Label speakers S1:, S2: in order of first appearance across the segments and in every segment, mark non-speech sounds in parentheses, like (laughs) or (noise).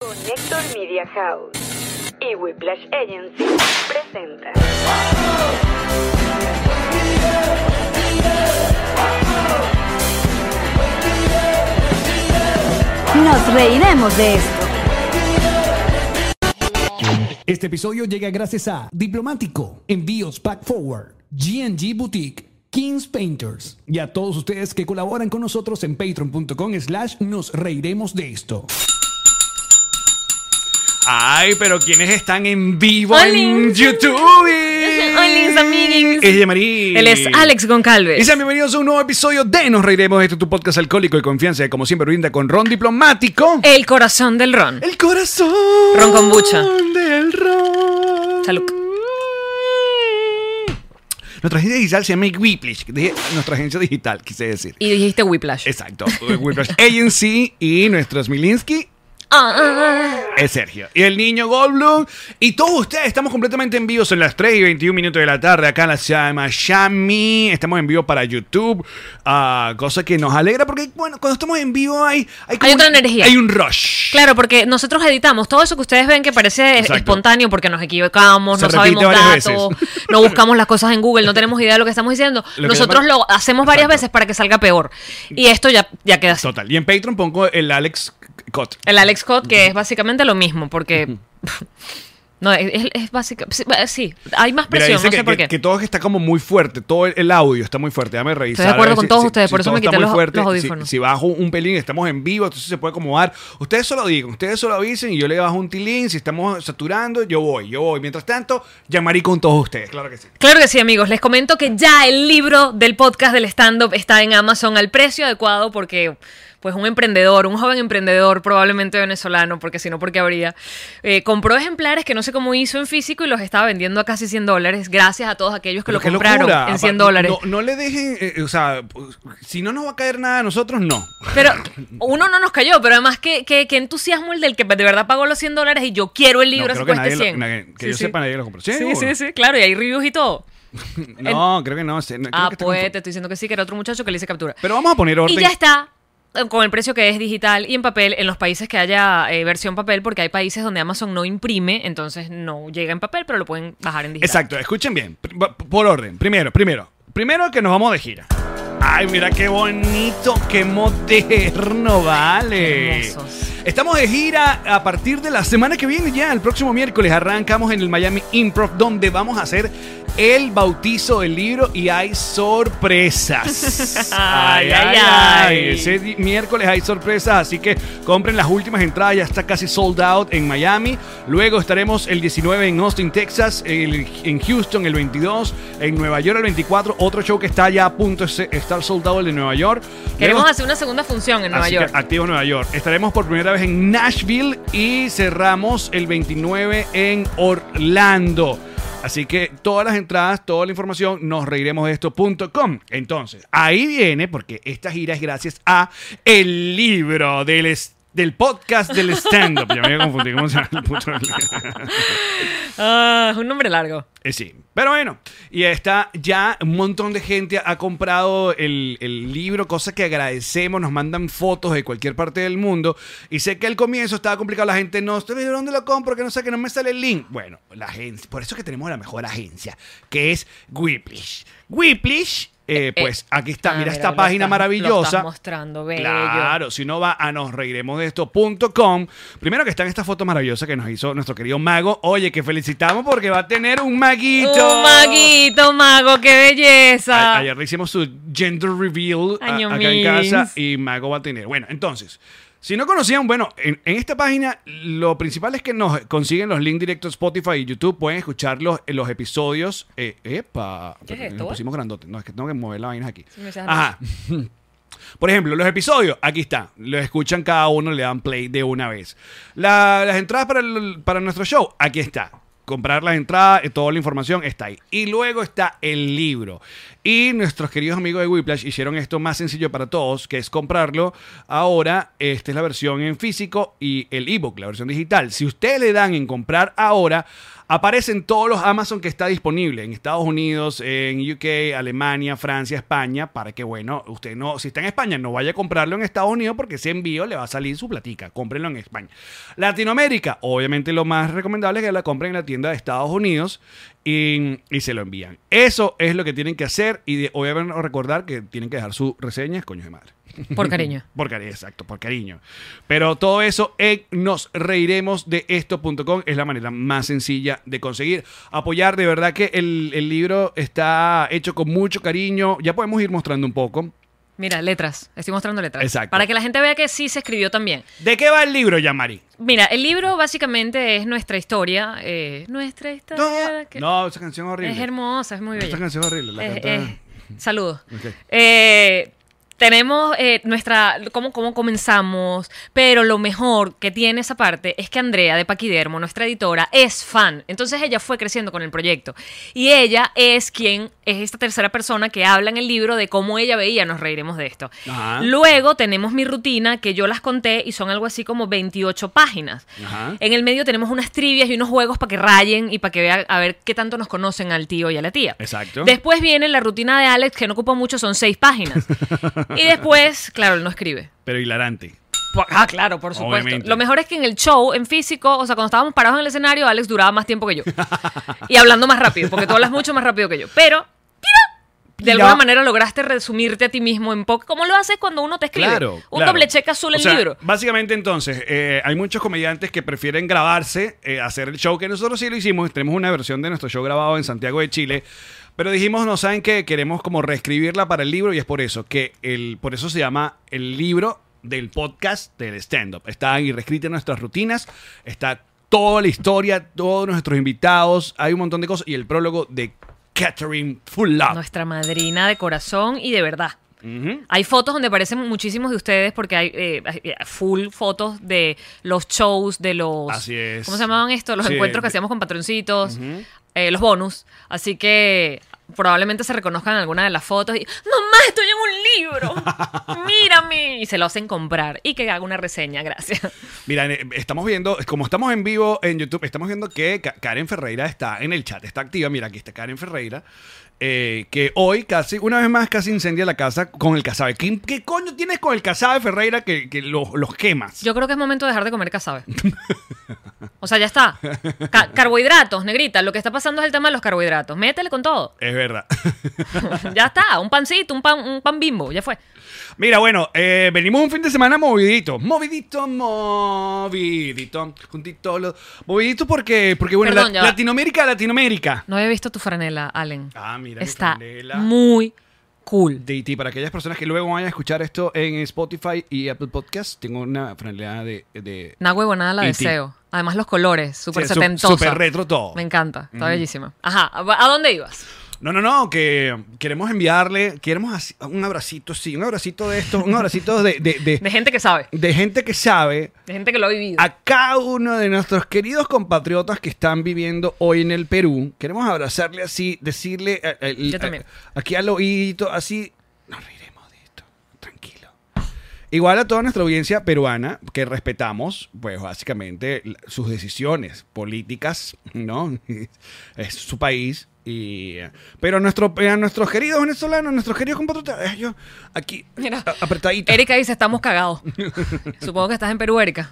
S1: Connector Media House y Whiplash Agency presenta.
S2: Nos reiremos de esto.
S3: Este episodio llega gracias a Diplomático, Envíos Pack Forward, GNG Boutique, Kings Painters y a todos ustedes que colaboran con nosotros en patreon.com slash nos reiremos de esto. Ay, pero quienes están en vivo en
S4: Hola. (laughs)
S3: YouTube.
S4: Hola, amiguis.
S3: Es Yamarí.
S4: Él es Alex
S3: Y
S4: Goncalves.
S3: sean bienvenidos a un nuevo episodio de Nos Reiremos. de Esto tu podcast alcohólico de confianza, que como siempre brinda con Ron Diplomático.
S4: El corazón del ron.
S3: El corazón.
S4: Ron con bucha.
S3: Del ron.
S4: Salud.
S3: Nuestra agencia digital se llama Whiplash. Dije, Nuestra agencia digital, quise decir.
S4: Y dijiste Whiplash.
S3: Exacto. Whiplash (laughs) Agency y nuestro Smilinski
S4: Ah, ah, ah.
S3: es Sergio. Y el niño Goldblum. Y todos ustedes estamos completamente en vivo. Son las 3 y 21 minutos de la tarde acá en la ciudad de Miami. Estamos en vivo para YouTube. ah, cosa que nos alegra porque, bueno, cuando estamos en vivo hay... Hay, como
S4: otra
S3: un-
S4: energía.
S3: Hay un rush.
S4: Claro, porque nosotros editamos todo eso que ustedes ven que parece es-
S3: Exacto.
S4: espontáneo porque nos equivocamos,
S3: Se
S4: no
S3: repite
S4: sabemos
S3: varias
S4: datos,
S3: veces.
S4: no buscamos las cosas en Google, no tenemos idea de lo que estamos diciendo.
S3: Lo que
S4: nosotros
S3: llama-
S4: lo hacemos varias
S3: Exacto.
S4: veces para que salga peor. Y esto ya, ya queda así.
S3: Total. Y en Patreon pongo el Alex Cot.
S4: El Alex Scott, que es básicamente lo mismo, porque... (laughs) No, es, es básicamente... Sí, sí, hay más
S3: Mira,
S4: presión,
S3: dice
S4: no sé
S3: que,
S4: por
S3: que-
S4: qué.
S3: que todo está como muy fuerte, todo el, el audio está muy fuerte. Déjame revisar.
S4: de
S3: a
S4: acuerdo
S3: ver
S4: con
S3: si-
S4: todos
S3: si-
S4: ustedes,
S3: si
S4: por eso
S3: todo
S4: me
S3: está
S4: quité
S3: muy
S4: los-
S3: fuerte,
S4: los
S3: si-
S4: audífonos.
S3: Si, bajo un pelín, estamos en vivo, entonces se puede acomodar. Ustedes solo digan, ustedes solo avisen y yo le bajo un tilín. Si estamos saturando, yo voy, yo voy. Mientras tanto, llamaré con todos ustedes, claro que sí.
S4: Claro que sí, amigos. Les comento que ya el libro del podcast del stand-up está en Amazon al precio adecuado porque, pues, un emprendedor, un joven emprendedor, probablemente venezolano, porque si no, porque habría, eh, compró ejemplares que no sé cómo hizo en físico y los estaba vendiendo a casi 100 dólares, gracias a todos aquellos que
S3: Pero
S4: lo
S3: qué
S4: compraron
S3: locura.
S4: en 100
S3: Aparte,
S4: dólares.
S3: No, no le dejen, eh, o sea, si no nos va a caer nada a nosotros, no.
S4: Pero uno no nos cayó, pero además, qué, qué, qué entusiasmo el del que pues, de verdad pagó los 100 dólares y yo quiero el libro,
S3: No,
S4: así
S3: creo que nadie
S4: cueste
S3: lo-
S4: 100.
S3: nadie- que
S4: Sí,
S3: yo
S4: sí.
S3: sepa, nadie lo compró. Sí,
S4: Sí, sí,
S3: seguro.
S4: sí, claro, y hay reviews y todo.
S3: No, creo que no. se- no, creo
S4: Ah,
S3: que está
S4: pues,
S3: confu-
S4: te estoy diciendo que sí, que era otro muchacho que le hice captura.
S3: Pero vamos a poner orden.
S4: Y ya está eh, con el precio que es digital y en papel en los países que haya eh, versión papel porque hay países donde Amazon no imprime entonces no llega en papel pero lo pueden bajar en digital
S3: Exacto, escuchen bien. Pr- va- Por orden. Primero, primero. Primero que nos vamos de gira. Ay, mira qué bonito, qué moderno, vale.
S4: Qué hermosos.
S3: Estamos de gira a partir de la semana que viene ya, el próximo miércoles arrancamos en el Miami Improv donde vamos a hacer el bautizo del libro y hay sorpresas.
S4: (laughs) Ay, ay, ay.
S3: Ese di- miércoles hay sorpresas, así que compren las últimas entradas, ya está casi sold out en Miami. Luego estaremos el 19 en Austin, Texas, el- en Houston el 22, en Nueva York el 24, otro show que está ya a punto de estar sold out el de Nueva York.
S4: queremos
S3: Luego-
S4: hacer una segunda función en Nueva
S3: Así que
S4: York
S3: activo Nueva York. Estaremos por primera vez en Nashville y cerramos el 29 en Orlando. Así que todas las entradas, toda la información, nos reiremos de esto.com. Entonces, ahí viene, porque esta gira es gracias a el libro del, es- del podcast del stand-up. ya me voy a confundir cómo se llama el puto libro.
S4: Ah, es un nombre largo
S3: Eh, sí. Pero bueno, y está ya un montón de gente ha comprado el, el libro, cosa que agradecemos, nos mandan fotos de cualquier parte del mundo. Y sé que al comienzo estaba complicado, la gente no, "Pero ¿dónde lo compro? Que no sé, que no me sale el link. Bueno, la agencia, por eso es que tenemos la mejor agencia, que es Whiplish. Whiplish, eh, pues aquí está,
S4: Ah,
S3: mira, esta
S4: lo
S3: página
S4: estás- lo
S3: maravillosa.
S4: estás mostrando bello
S3: Claro, si no va a nosreiremosdeesto.com. Primero que están estas fotos maravillosas que nos hizo nuestro querido mago. Oye, que felicitamos porque va a tener un maguito.
S4: un maguito mago qué belleza
S3: A- ayer le hicimos su gender reveal a-
S4: Año
S3: acá en
S4: mis.
S3: casa y mago va a tener. Bueno, entonces, si no conocían, bueno, en, en esta página lo principal es que nos consiguen los links directos Spotify y YouTube. Pueden escuchar los, los episodios. Eh, epa,
S4: ¿Qué es
S3: Nos
S4: esto?
S3: pusimos grandote. No, es que tengo que mover la vaina aquí.
S4: Sí, me estás
S3: Ajá. (laughs) Por ejemplo, los episodios, aquí está. Los escuchan cada uno, le dan play de una vez. La- las entradas para, el- para nuestro show, aquí está. Comprar las entradas, eh, toda la información está ahí. Y luego está el libro. Y nuestros queridos amigos de Whiplash hicieron esto más sencillo para todos, que es comprarlo. Ahora, esta es la versión en físico y el ebook, la versión digital. Si ustedes le dan en comprar ahora, Aparece en todos los Amazon que está disponible, en Estados Unidos, en UK, Alemania, Francia, España, para que, bueno, usted no, si está en España, no vaya a comprarlo en Estados Unidos porque ese envío le va a salir su platica, cómprenlo en España. Latinoamérica, obviamente lo más recomendable es que la compren en la tienda de Estados Unidos y, y se lo envían. Eso es lo que tienen que hacer y de- obviamente recordar que tienen que dejar su reseña, coño de madre.
S4: Por cariño.
S3: Por cariño, exacto, por cariño. Pero todo eso en nos reiremos de esto.com es la manera más sencilla de conseguir. Apoyar, de verdad que el, el libro está hecho con mucho cariño. Ya podemos ir mostrando un poco.
S4: Mira, letras. Estoy mostrando letras.
S3: Exacto.
S4: Para que la gente vea que sí se escribió también.
S3: ¿De qué va el libro, Yamari?
S4: Mira, el libro básicamente es nuestra historia. eh, nuestra historia. que-
S3: No, esa canción es horrible.
S4: Es hermosa, es muy bella.
S3: Esta canción es horrible. La
S4: Eh,
S3: canta-
S4: eh, saludos.
S3: Ok.
S4: Eh, tenemos eh, nuestra. ¿cómo, ¿Cómo comenzamos? Pero lo mejor que tiene esa parte es que Andrea de Paquidermo, nuestra editora, es fan. Entonces ella fue creciendo con el proyecto. Y ella es quien es esta tercera persona que habla en el libro de cómo ella veía. Nos reiremos de esto.
S3: Ajá.
S4: Luego tenemos mi rutina, que yo las conté y son algo así como 28 páginas.
S3: Ajá.
S4: En el medio tenemos unas trivias y unos juegos para que rayen y para que vean a ver qué tanto nos conocen al tío y a la tía.
S3: Exacto.
S4: Después viene la rutina de Alex, que no ocupa mucho, son seis páginas. y después, claro, él no escribe.
S3: Pero hilarante.
S4: Por- Ah, claro, por supuesto.
S3: Obviamente.
S4: Lo mejor es que en el show, en físico, o sea, cuando estábamos parados en el escenario, Alex duraba más tiempo que yo. y hablando más rápido, porque tú hablas mucho más rápido que yo. Pero, de
S3: Ya.
S4: alguna manera lograste resumirte a ti mismo en poco. ¿Cómo lo haces cuando uno te escribe?
S3: Claro.
S4: Un
S3: claro.
S4: doble cheque azul
S3: O
S4: el
S3: sea,
S4: libro.
S3: Básicamente, entonces, eh, hay muchos comediantes que prefieren grabarse, eh, hacer el show que nosotros sí lo hicimos. Tenemos una versión de nuestro show grabado en Santiago de Chile. Pero dijimos, no saben que queremos como reescribirla para el libro y es por eso que el, por eso se llama el libro del podcast del stand-up. Está ahí reescrita en nuestras rutinas, está toda la historia, todos nuestros invitados, hay un montón de cosas y el prólogo de Catherine Fulop.
S4: Nuestra madrina de corazón y de verdad. Hay fotos donde aparecen muchísimos de ustedes porque hay eh, eh, full fotos de los shows, de los...
S3: Así es.
S4: ¿Cómo se llamaban esto? Los
S3: Sí,
S4: encuentros
S3: de-
S4: que hacíamos con patroncitos, eh, los bonus. Así que probablemente se reconozcan en alguna de las fotos y mamá estoy en un
S3: (laughs)
S4: libro mírame y se lo hacen comprar y que haga una reseña gracias
S3: Mira, eh, estamos viendo, como estamos en vivo en YouTube, estamos viendo que Ka- Karen Ferreira está en el chat, está activa. Mira, aquí está Karen Ferreira, eh, que hoy casi, una vez más, casi incendia la casa con el casabe. ¿Qué, qué coño tienes con el casabe, Ferreira, que, que los, los quemas?
S4: yo creo que es momento de dejar de comer casabe o sea ya está Ca- carbohidratos negrita lo que está pasando es el tema de los carbohidratos métele con todo
S3: Es verdad. (laughs)
S4: (laughs) ya está, un pancito, un pan, un pan bimbo, ya fue.
S3: Mira, bueno, eh, venimos un fin de semana movidito. Movidito, movidito. Juntito, los- movidito porque, porque bueno,
S4: Perdón,
S3: la-
S4: ya va.
S3: Latinoamérica, Latinoamérica.
S4: No había visto tu franela, Allen.
S3: Ah, mira mi
S4: Está
S3: franela.
S4: muy cool.
S3: de IT. Para aquellas personas que luego vayan a escuchar esto en Spotify y Apple Podcast, tengo una franelada de, de-
S4: Una huevonada la
S3: Y ti.
S4: deseo. Además, los colores, súper
S3: Sí, su-
S4: setentosa.
S3: súper retro todo. Mm.
S4: Me encanta, está bellísima. Ajá, ¿a a dónde ibas?
S3: No, no, no, que queremos enviarle, queremos así- un abracito, sí, un abracito de esto, un abracito de, de, de-
S4: De gente que sabe,
S3: de gente que sabe
S4: de gente que lo ha vivido.
S3: a cada uno de nuestros queridos compatriotas que están viviendo hoy en el Perú. Queremos abrazarle así, decirle eh, eh,
S4: Yo
S3: eh,
S4: también.
S3: aquí al oídito, así. Nos reiremos de esto, tranquilo. Igual a toda nuestra audiencia peruana, que respetamos, pues básicamente la- sus decisiones políticas, ¿no? (laughs) es su país. Y, eh, pero a, nuestro, a nuestros queridos venezolanos, nuestros queridos compatriotas, eh, yo aquí
S4: Mira.
S3: a- apretadito.
S4: Erika dice, estamos cagados.
S3: (laughs)
S4: Supongo que estás en Perú, Erika.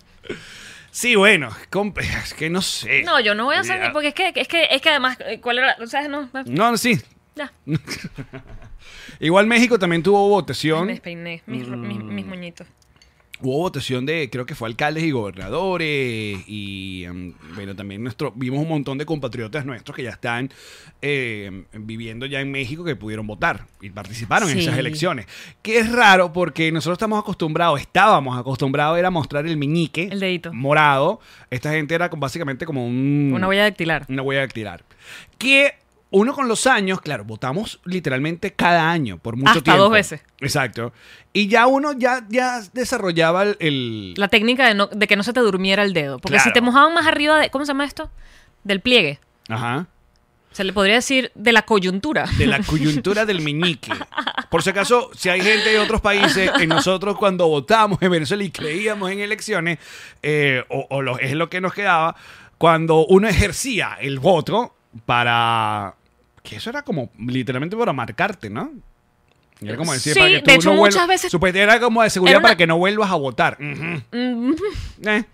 S3: Sí, bueno, comp- (laughs) es que no sé.
S4: No, yo no voy a hacer,
S3: Ya.
S4: porque es que, es que, es que además, eh, ¿cuál era? O sea, no, no,
S3: No, no, sí.
S4: ya.
S3: Igual México también tuvo
S4: Ay,
S3: votación.
S4: Me despeiné, mis, ro- mis-
S3: Mm.
S4: mis moñitos.
S3: Hubo votación de, creo que fue alcaldes y gobernadores. Y em, bueno, también nuestro, vimos un montón de compatriotas nuestros que ya están eh, viviendo ya en México que pudieron votar y participaron en
S4: Sí.
S3: esas elecciones. Que es raro porque nosotros estamos acostumbrados, estábamos acostumbrados, era mostrar el meñique
S4: El dedito.
S3: morado. Esta gente era con- básicamente como un.
S4: Una huella dactilar.
S3: Una huella dactilar. Que uno con los años, claro, votamos literalmente cada año por mucho
S4: Hasta
S3: tiempo.
S4: dos veces.
S3: Exacto. Y ya uno ya, ya desarrollaba el, el-
S4: La técnica de, no- de que no se te durmiera el dedo. Porque
S3: Claro.
S4: si te mojaban más arriba de. ¿Cómo se llama esto? Del pliegue.
S3: Ajá.
S4: Se le podría decir de la coyuntura.
S3: De la coyuntura del meñique. Por si acaso, si hay gente de otros países, que nosotros cuando votamos en Venezuela y creíamos en elecciones, eh, o, o lo- es lo que nos quedaba, cuando uno ejercía el voto para... Que eso era como literalmente para marcarte, ¿no? Era como decir,
S4: Sí,
S3: para que
S4: de
S3: tú
S4: hecho,
S3: no
S4: muchas
S3: vuelvas-
S4: veces-
S3: supuest- Era como de seguridad
S4: Era una-
S3: para que no vuelvas a votar. Ujú. Eh.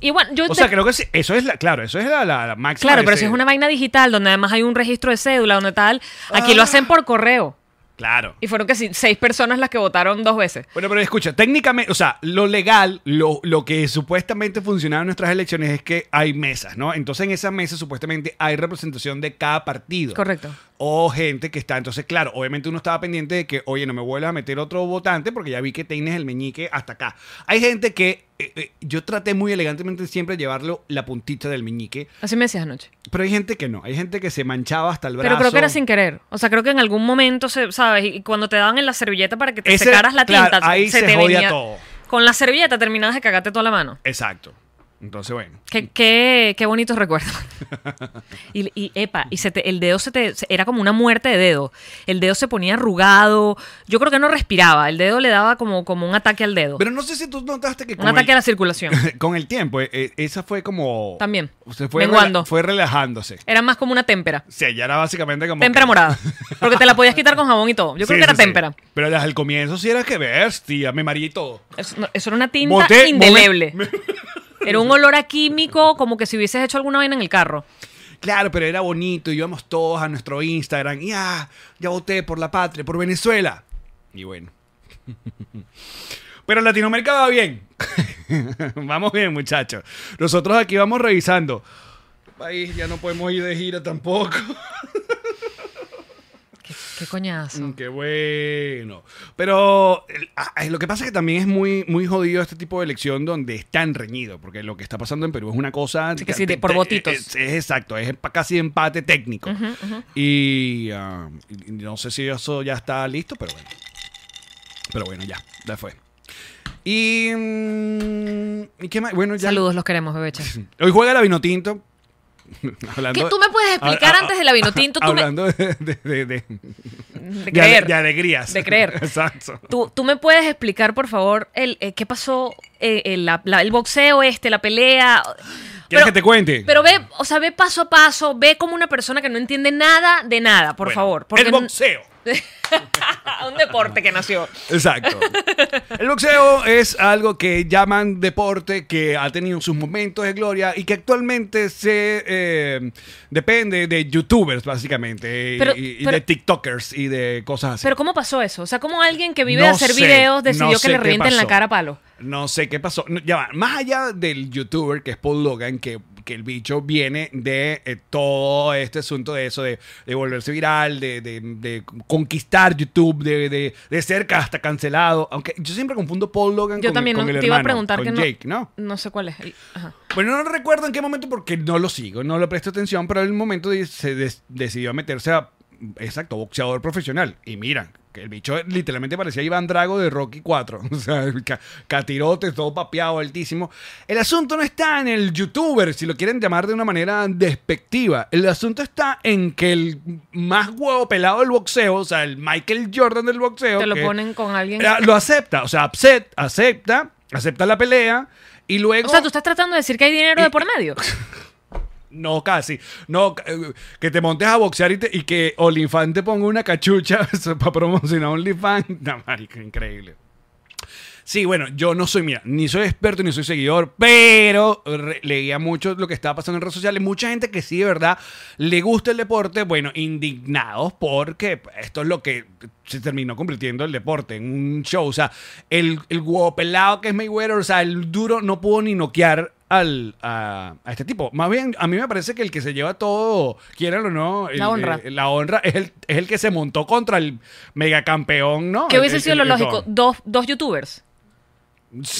S4: Y bueno, yo
S3: O
S4: te-
S3: sea, creo que sí, eso es la... Claro, eso es la, la- la máxima.
S4: Claro,
S3: de
S4: pero
S3: ese-
S4: si es una vaina digital donde además hay un registro de cédula, donde tal, aquí
S3: Ah.
S4: lo hacen por correo.
S3: Claro.
S4: Y fueron que sí, seis personas las que votaron dos veces.
S3: Bueno, pero escucha, técnicamente, o sea, lo legal, lo, lo que supuestamente funcionaba en nuestras elecciones es que hay mesas, ¿no? Entonces en esas mesas supuestamente hay representación de cada partido.
S4: Correcto.
S3: O gente que está, entonces claro, obviamente uno estaba pendiente de que, oye, no me vuelvas a meter otro votante porque ya vi que tienes el meñique hasta acá. Hay gente que, eh, eh, yo traté muy elegantemente siempre llevarlo la puntita del meñique,
S4: Así me decías anoche.
S3: pero hay gente que no, hay gente que se manchaba hasta el brazo.
S4: Pero creo que era sin querer. O sea, creo que en algún momento, se, ¿sabes? Y y cuando te daban en la servilleta para que te
S3: Ese-
S4: secaras la
S3: claro,
S4: tinta,
S3: ahí se
S4: te
S3: jodía todo.
S4: Con la servilleta terminabas de cagarte toda la mano.
S3: Exacto. Entonces, bueno.
S4: Qué, qué, qué bonitos recuerdos. Y, y, epa, y se te- el dedo se te. se- Era como una muerte de dedo. El dedo se ponía arrugado. Yo creo que no respiraba. El dedo le daba como, como un ataque al dedo.
S3: Pero no sé si tú notaste que...
S4: un
S3: con
S4: ataque
S3: el-
S4: a
S3: (laughs)
S4: la circulación.
S3: con el tiempo, eh, eh, esa fue como.
S4: También.
S3: Se fue,
S4: Menguando.
S3: rela- fue relajándose.
S4: Era más como una témpera.
S3: O sea, ya era básicamente como.
S4: Témpera
S3: que-
S4: morada. Porque te la podías quitar con jabón y todo. Yo creo
S3: Sí,
S4: que era
S3: sí, sí.
S4: témpera.
S3: Pero desde el comienzo sí era que bestia, me maría y todo.
S4: Eso, no- eso era una tinta
S3: Boté- (laughs)
S4: indeleble. Era un olor a químico como que si hubieses hecho alguna vaina en el carro.
S3: Claro, pero era bonito y íbamos todos a nuestro Instagram. Y ah, ya voté por la patria, por Venezuela. Y bueno. Pero Latinoamérica va bien. (laughs) vamos bien, muchachos. Nosotros aquí vamos revisando. País, ya no podemos ir de gira tampoco.
S4: Qué coñazo.
S3: Mm, Qué bueno. Pero el- ah, ah, lo que pasa es que también es muy, muy jodido este tipo de elección donde es tan reñido, porque lo que está pasando en Perú es una cosa...
S4: Sí, que sí, de- por votitos.
S3: Es, es exacto, es pa- casi empate técnico. Y ah, y- y no sé si eso ya está listo, pero bueno. Pero bueno, ya, ya fue. Y... mm, ¿y qué más? Bueno, ya...
S4: Saludos, los queremos, bebecha.
S3: Hoy juega la Vinotinto. (laughs)
S4: ¿Qué
S3: Hablando-
S4: tú me puedes explicar
S3: Ah, ah,
S4: antes de la Vinotinto? Tú me-
S3: Hablando de- de- de- de, de
S4: De
S3: ale-
S4: creer.
S3: De alegrías.
S4: De creer.
S3: (laughs) Exacto.
S4: ¿Tú, tú me puedes explicar, por favor, el, eh, qué pasó eh, el, la- la- el boxeo este, la pelea?
S3: ¿Quieres que te cuente?
S4: Pero ve, o sea, ve paso a paso, ve como una persona que no entiende nada de nada, por
S3: Bueno,
S4: favor.
S3: El boxeo.
S4: un deporte que nació.
S3: Exacto. El boxeo es algo que llaman deporte, que ha tenido sus momentos de gloria y que actualmente se eh, depende de youtubers, básicamente, y-
S4: Pero-
S3: y, y de
S4: pero-
S3: tiktokers y de cosas así.
S4: Pero ¿cómo pasó eso? O sea, ¿cómo alguien que vive de
S3: No
S4: hacer
S3: sé,
S4: videos
S3: no
S4: decidió
S3: sé
S4: que le
S3: qué
S4: revienten la
S3: pasó.
S4: cara a palo?
S3: No sé qué pasó. No, ya va. Más allá del youtuber que es Paul Logan, que, que el bicho viene de eh, todo este asunto de eso, de, de volverse viral, de, de- de conquistar YouTube, de, de, de ser hasta cancelado. Aunque yo siempre confundo Paul Logan
S4: Yo
S3: con,
S4: también
S3: con
S4: no-
S3: el
S4: te iba a
S3: hermano,
S4: preguntar
S3: con
S4: que no-
S3: Jake, ¿no?
S4: No sé cuál es. el- ajá.
S3: Bueno, no recuerdo en qué momento porque no lo sigo, no le presto atención, pero en el momento de- se des- decidió meterse a, exacto, boxeador profesional. Y mira, que el bicho literalmente parecía Iván Drago de Rocky 4. (laughs) O sea, el ca- catirote, todo papeado, altísimo. El asunto no está en el youtuber, si lo quieren llamar de una manera despectiva. El asunto está en que el más huevo pelado del boxeo, o sea, el Michael Jordan del boxeo.
S4: Te lo
S3: que-
S4: ponen con alguien.
S3: Eh, Lo acepta, o sea, acep- acepta, acepta la pelea. Y luego.
S4: O sea, tú estás tratando de decir que hay dinero de por medio.
S3: (laughs) No, casi. No, ca- eh, que te montes a boxear y, te- y que OnlyFans te ponga una cachucha (laughs) para promocionar OnlyFans. (laughs) No, marico, increíble. Sí, bueno, yo no soy, mira, ni soy experto ni soy seguidor, pero re- leía mucho lo que estaba pasando en redes sociales. Mucha gente que sí, de verdad, le gusta el deporte, bueno, indignados porque esto es lo que se terminó convirtiendo el deporte en un show. O sea, el, el huevo pelado que es Mayweather, o sea, el duro no pudo ni noquear al, a, a este tipo. Más bien, a mí me parece que el que se lleva todo, quieran o no, el-
S4: La honra.
S3: eh, la honra es el, es el que se montó contra el megacampeón, ¿no?
S4: ¿Qué
S3: El-
S4: hubiese
S3: el-
S4: sido
S3: el-
S4: lo
S3: el
S4: lógico?
S3: don.
S4: Dos, dos youtubers.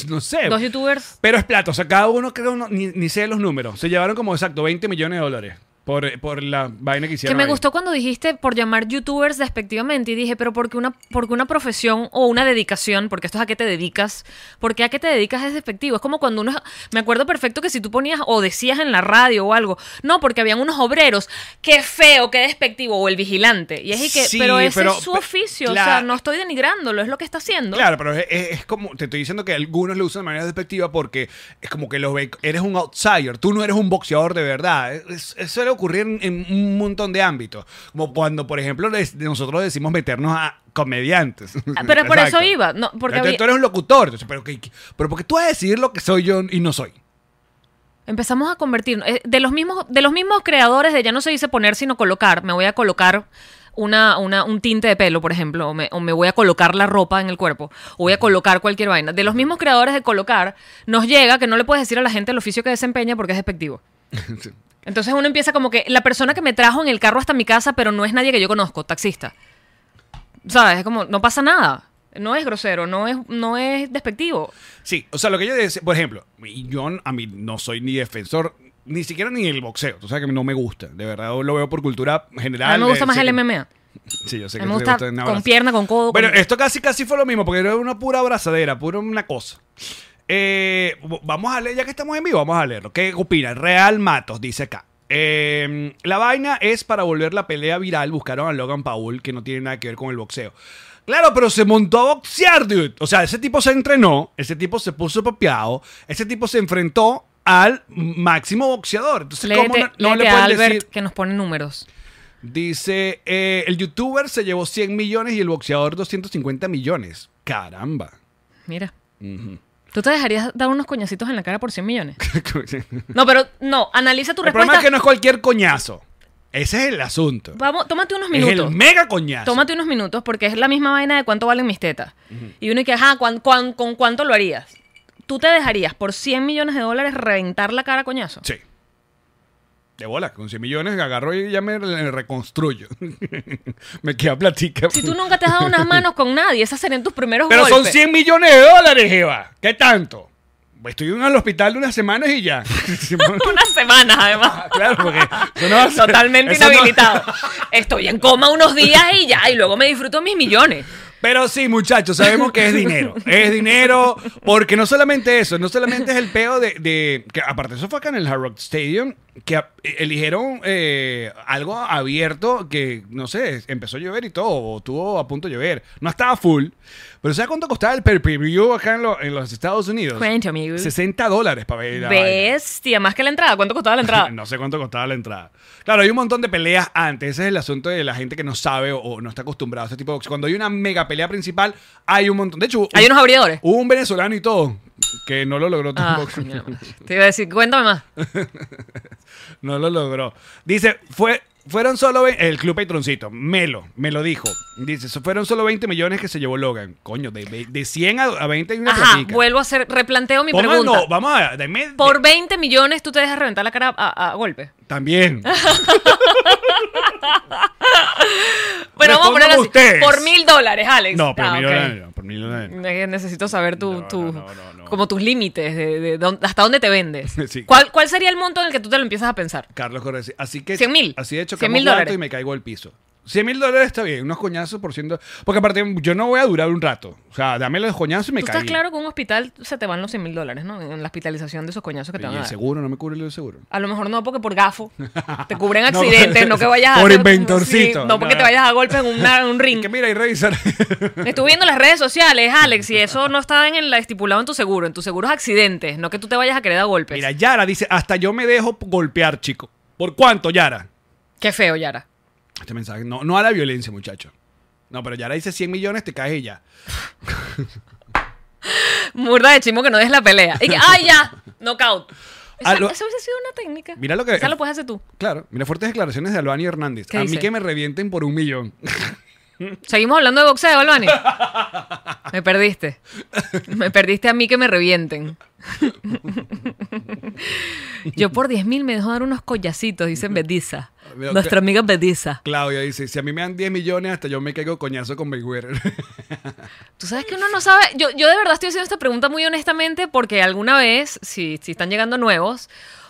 S3: No sé.
S4: Dos youtubers.
S3: Pero es plata, o sea, cada uno creo, no- ni, ni sé los números. Se llevaron como exacto 20 millones de dólares. Por, por la vaina que
S4: Que
S3: hicieron.
S4: me
S3: ahí.
S4: gustó cuando dijiste por llamar youtubers despectivamente y dije, pero porque una, porque una profesión o una dedicación, porque esto es a qué te dedicas, porque a qué te dedicas es despectivo. Es como cuando uno, me acuerdo perfecto que si tú ponías o decías en la radio o algo, no, porque habían unos obreros, qué feo, qué despectivo, o el vigilante. Y es y que,
S3: Sí,
S4: pero ese
S3: pero-
S4: es su
S3: pe-
S4: oficio,
S3: la-
S4: o sea, no estoy denigrándolo, es lo que está haciendo.
S3: Claro, pero es, es- es como, te estoy diciendo que algunos lo usan de manera despectiva porque es como que los ve- eres un outsider, tú no eres un boxeador de verdad. Es- es- suele ocurrir en, en un montón de ámbitos. Como cuando, por ejemplo, les- nosotros decimos meternos a comediantes.
S4: Ah, Pero por
S3: Exacto.
S4: eso iba, no, porque
S3: Entonces,
S4: había-
S3: tú eres un locutor, entonces, pero, ¿qué- qué- pero ¿por qué tú vas a decir lo que soy yo y no soy?
S4: Empezamos a convertirnos. eh, De los mismos, de los mismos creadores de ya no se dice poner, sino colocar. Me voy a colocar una, una, un tinte de pelo, por ejemplo. O me, o me voy a colocar la ropa en el cuerpo. O voy a colocar cualquier vaina. De los mismos creadores de colocar, nos llega que no le puedes decir a la gente el oficio que desempeña porque es despectivo. Entonces uno empieza como que la persona que me trajo en el carro hasta mi casa, pero no es nadie que yo conozco, taxista. ¿Sabes? Es como, no pasa nada. No es grosero, no es, no es despectivo.
S3: Sí, o sea, lo que yo decía, por ejemplo, y yo a mí no soy ni defensor, ni siquiera ni el boxeo, tú sabes que no me gusta, de verdad lo veo por cultura general.
S4: A mí me gusta
S3: eh,
S4: más
S3: sé
S4: el
S3: que-
S4: MMA.
S3: Sí, yo sé
S4: A
S3: que
S4: mí me
S3: te
S4: gusta
S3: un
S4: con
S3: abrazo.
S4: pierna, con codo,
S3: Bueno,
S4: con-
S3: esto casi casi fue lo mismo, porque era una pura abrazadera, pura una cosa. Eh, v- vamos a leer, ya que estamos en vivo, vamos a leerlo. ¿Qué opina? Real Matos dice acá. eh, la vaina es para volver la pelea viral. Buscaron a Logan Paul, que no tiene nada que ver con el boxeo. Claro, pero se montó a boxear, dude. O sea, ese tipo se entrenó, ese tipo se puso papeado, ese tipo se enfrentó al máximo boxeador. Entonces, ¿cómo
S4: Léete-
S3: no, no le
S4: léete a
S3: pueden
S4: Albert
S3: decir?
S4: que nos pone números.
S3: Dice, eh, el youtuber se llevó 100 millones y el boxeador 250 millones.
S4: (laughs)
S3: Caramba.
S4: Mira. ¿Tú te dejarías dar unos coñacitos en la cara por 100 millones? No, pero no, analiza tu
S3: el problema
S4: respuesta.
S3: es que no es cualquier coñazo. Ese es el asunto.
S4: Vamos, tómate unos
S3: Es
S4: minutos.
S3: el mega coñazo.
S4: Tómate unos minutos porque es la misma vaina de cuánto valen mis tetas. Y uno y que, ajá, ¿cuán- cuán- ¿con cuánto lo harías? ¿Tú te dejarías por 100 millones de dólares reventar la cara a coñazo?
S3: Sí. De bola, con 100 millones agarro y ya me re- reconstruyo. (laughs) me queda platica.
S4: Si tú nunca te has dado unas manos con nadie, esas serían tus primeros
S3: Pero son
S4: golpes.
S3: 100 millones de dólares, Eva. ¿Qué tanto? Estoy en el hospital de unas semanas y
S4: (laughs)
S3: ya. (laughs)
S4: Unas semanas, además.
S3: claro, porque Ah, eso no va a ser-
S4: Totalmente
S3: eso no-
S4: inhabilitado. Estoy en coma unos días y ya, y luego me disfruto mis millones.
S3: Pero sí, muchachos, sabemos que es dinero. Es dinero, porque no solamente eso, no solamente es el peo de. de- que aparte, eso fue acá en el Hard Rock Stadium, que a- e, eligieron eh, algo abierto que, no sé, empezó a llover y todo, o estuvo a punto de llover. No estaba full, pero ¿sabes cuánto costaba el per view acá en, lo- en los Estados Unidos?
S4: Cuente, amigo.
S3: 60 dólares para ver. la vaina.
S4: Bestia, más que la entrada.
S3: (laughs)
S4: ¿Cuánto costaba la entrada?
S3: No sé cuánto costaba la entrada. Claro, hay un montón de peleas antes. Ese es el asunto de la gente que no sabe o, o no está acostumbrada a ese tipo de boxeo. Cuando hay una mega pelea principal, hay un montón. De hecho,
S4: Hay
S3: un-
S4: unos abridores.
S3: hubo un venezolano y todo que no lo logró
S4: Ah, (laughs)
S3: tampoco.
S4: coño, te iba a decir, cuéntame más.
S3: (laughs) No lo logró. Dice, fue, fueron solo ve- el club patroncito, Melo, me lo dijo. Dice, "So- fueron solo 20 millones que se llevó Logan. Coño, de, ve- de 100 a, a 20 hay una
S4: Ajá,
S3: platica.
S4: vuelvo a hacer, replanteo mi
S3: Pongan-
S4: pregunta.
S3: no, vamos a deme-
S4: Por 20 millones tú te dejas reventar la cara a, a golpe. (laughs)
S3: también.
S4: Pero vamos a ponerlo
S3: Respóndame
S4: así.
S3: ustedes.
S4: Por mil dólares, Alex.
S3: No, por
S4: Ah,
S3: mil
S4: ok.
S3: dólares no, por mil dólares no.
S4: Es que Necesito saber tu,
S3: No,
S4: tu-
S3: no, no, no, no.
S4: como tus límites, de, de dónde- hasta dónde te vendes.
S3: (laughs) Sí.
S4: ¿Cuál, ¿Cuál sería el monto en el que tú te lo empiezas a pensar?
S3: Carlos Correa. sí. Así que.
S4: 100 mil.
S3: Así de hecho,
S4: 100
S3: 100
S4: mil
S3: mil
S4: dólares.
S3: y me caigo al piso. 100 mil dólares está bien, unos coñazos por ciento. Porque aparte, yo no voy a durar un rato. O sea, dame los coñazos y me
S4: tú
S3: caigo.
S4: estás claro que en un hospital se te van los 100 mil dólares, ¿no? En la hospitalización de esos coñazos que te van
S3: Y
S4: a
S3: el
S4: dar.
S3: seguro, no me cubre el seguro.
S4: A lo mejor no, porque
S3: (laughs)
S4: por gafo. Te cubren
S3: No,
S4: accidentes, no, que vayas
S3: (laughs)
S4: a.
S3: por
S4: sí,
S3: inventorcito.
S4: no, porque te vayas a golpes en,
S3: (laughs)
S4: una- en un
S3: Y
S4: ring.
S3: que mira y revisar.
S4: Pues. Estuve viendo las
S3: (laughs)
S4: redes sociales, Alex, y eso no está en el estipulado en tu seguro. En tu seguro es accidentes, no que tú te vayas a querer dar golpes.
S3: mira, Yara dice: Hasta yo me dejo golpear, chico. ¿Por cuánto, Yara?
S4: Qué feo, Yara.
S3: Este mensaje. No, no a la violencia, muchacho. No, pero Yara dice 100 millones, te caes y ya.
S4: Murda de chimo que no des la pelea.
S3: (laughs)
S4: Y que, ¡ay, ya! Knockout. Esa,
S3: A Ah, lo-
S4: esa hubiese sido una técnica.
S3: Mira lo que-
S4: Esa lo puedes hacer tú.
S3: Claro. Mira, fuertes declaraciones de Albani Hernández.
S4: ¿Qué
S3: A mí
S4: dice?
S3: que me revienten por un millón. (laughs)
S4: Seguimos hablando de boxeo, Albani. Me perdiste. Me perdiste a mí que me revienten. Yo por 10 mil me dejo dar unos collacitos, dicen Bediza.
S3: Mira,
S4: Nuestra
S3: que-
S4: amiga Bediza.
S3: Claudia dice: Si a mí me dan 10 millones, hasta yo me caigo coñazo con Mayweather.
S4: Tú sabes que uno no sabe. Yo, yo de verdad estoy haciendo esta pregunta muy honestamente porque alguna vez, si, si están llegando nuevos,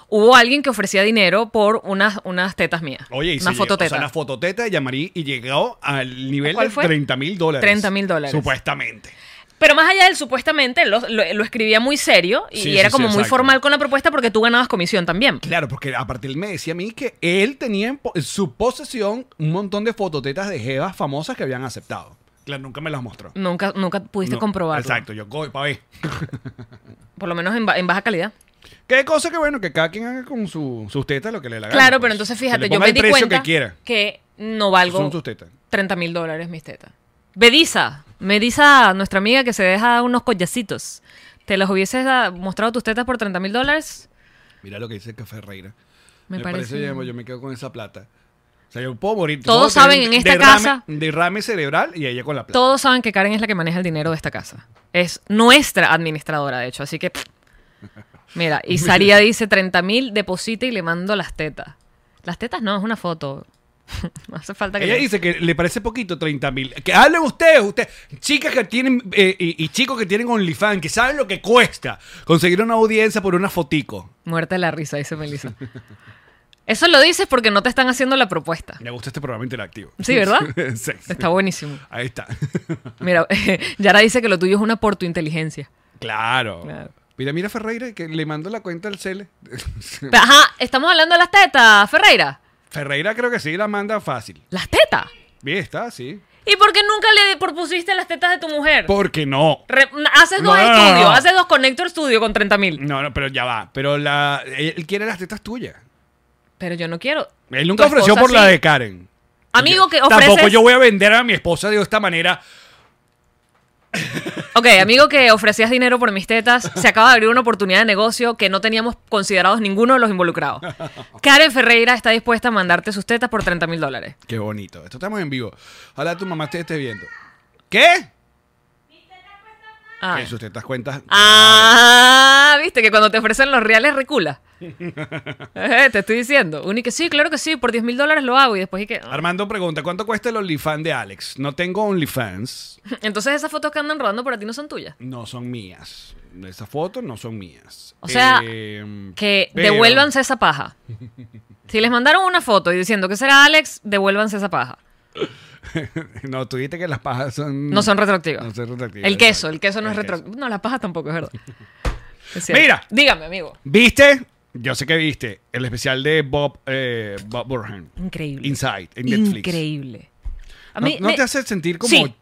S4: hubo alguien que ofrecía dinero por unas, unas tetas mías.
S3: Oye, y
S4: una
S3: se llegó, o sea,
S4: fototeta.
S3: la fototeta de Yamari y llegó al nivel
S4: ¿Cuál
S3: de
S4: fue?
S3: 30 mil dólares.
S4: 30.000 dólares.
S3: Supuestamente.
S4: Pero más allá del supuestamente, lo, lo- lo escribía muy serio y
S3: Sí, sí,
S4: era
S3: sí,
S4: como muy
S3: exacto.
S4: formal con la propuesta porque tú ganabas comisión también.
S3: Claro, porque aparte él me decía a mí que él tenía en, po- en su posesión un montón de fototetas de jevas famosas que habían aceptado. Claro, nunca me las mostró.
S4: Nunca, nunca pudiste
S3: No,
S4: comprobarlo.
S3: Exacto, yo voy para ver.
S4: Por lo menos en, ba- en baja calidad.
S3: Qué cosa que bueno, que cada quien haga con su- sus tetas lo que le la gana,
S4: claro,
S3: pues.
S4: pero entonces
S3: Que le
S4: fíjate, yo
S3: ponga
S4: me
S3: el
S4: di
S3: precio
S4: cuenta
S3: que quiera.
S4: que no valgo
S3: Son sus tetas.
S4: 30 mil dólares mis tetas. Bedisa, Bedisa, nuestra amiga que se deja unos collacitos. ¿Te los hubieses da- mostrado tus tetas por 30 mil dólares?
S3: Mira lo que dice Café Ferreira.
S4: Me
S3: Me,
S4: parece-
S3: parece, llamo, yo me quedo con esa plata. O sea, yo puedo morir.
S4: Todos
S3: puedo
S4: saben
S3: tener
S4: en esta
S3: derrame-
S4: casa-
S3: Derrame cerebral y ella con la plata.
S4: Todos saben que Karen es la que maneja el dinero de esta casa. Es nuestra administradora, de hecho. Así que, (laughs) pff. mira, y Saría dice 30 mil, deposita y le mando las tetas. Las tetas no, es una foto. (laughs) no hace falta que...
S3: Ella
S4: le-
S3: dice que le parece poquito 30 mil. Que hablen ustedes, ustedes, chicas que tienen eh, y, y chicos que tienen OnlyFans, que saben lo que cuesta conseguir una audiencia por una fotico.
S4: Muerte de la risa, dice Melissa. Eso lo dices porque no te están haciendo la propuesta.
S3: Me gusta este programa interactivo.
S4: Sí, ¿verdad?
S3: (laughs) sí.
S4: Está buenísimo.
S3: Ahí está. (laughs)
S4: Mira, (laughs) Yara dice que lo tuyo es una por tu inteligencia.
S3: claro.
S4: Claro.
S3: Mira, mira Ferreira, que le mando la cuenta al Cele. (laughs)
S4: Pero, Ajá, estamos hablando de las tetas, Ferreira.
S3: Ferreira creo que sí la manda fácil.
S4: Las tetas.
S3: Bien, está, sí.
S4: ¿Y por qué nunca le propusiste las tetas de tu mujer?
S3: Porque no.
S4: Re- haces dos
S3: No, no, no,
S4: estudios,
S3: no.
S4: haces dos Connector Studio con 30 mil.
S3: No, no, pero ya va. Pero la, él quiere las tetas tuyas.
S4: Pero yo no quiero.
S3: Él nunca
S4: Tu esposa
S3: ofreció por la
S4: sí.
S3: de Karen.
S4: Amigo que ofreces.
S3: Tampoco yo voy a vender a mi esposa de esta manera.
S4: Ok, amigo que ofrecías dinero por mis tetas, se acaba de abrir una oportunidad de negocio que no teníamos considerados ninguno de los involucrados. Karen Ferreira está dispuesta a mandarte sus tetas por 30 mil dólares.
S3: Qué bonito. Esto estamos en vivo. Ojalá tu mamá te esté viendo. ¿Qué?
S4: Ah.
S3: Que sus tetas cuentas.
S4: Ah, viste que cuando te ofrecen los reales recula. Eh, te estoy diciendo. Uno y que sí, claro que sí, por 10 mil dólares lo hago y después y que... ah.
S3: Armando pregunta, ¿cuánto cuesta el OnlyFans de Alex? No tengo OnlyFans.
S4: (laughs) Entonces esas fotos que andan rodando por ti no son tuyas.
S3: No son mías. Esas fotos no son mías.
S4: O sea,
S3: Eh,
S4: Que
S3: pero-
S4: devuélvanse esa paja. Si les mandaron una foto y diciendo que será Alex, devuélvanse esa paja.
S3: (laughs) No, tú dijiste que las pajas son...
S4: No son retroactivas.
S3: No son retroactivas,
S4: El
S3: exacto.
S4: queso, el queso no es
S3: El queso.
S4: retroactivo. No, la paja tampoco
S3: (laughs)
S4: es verdad. Es cierto.
S3: Mira.
S4: Dígame, amigo.
S3: ¿Viste? Yo sé que viste. El especial de Bob, eh, Bob Burhan.
S4: Increíble.
S3: Inside, en Netflix.
S4: Increíble. A
S3: No-
S4: mí
S3: ¿No,
S4: me-
S3: te hace sentir como...
S4: Sí.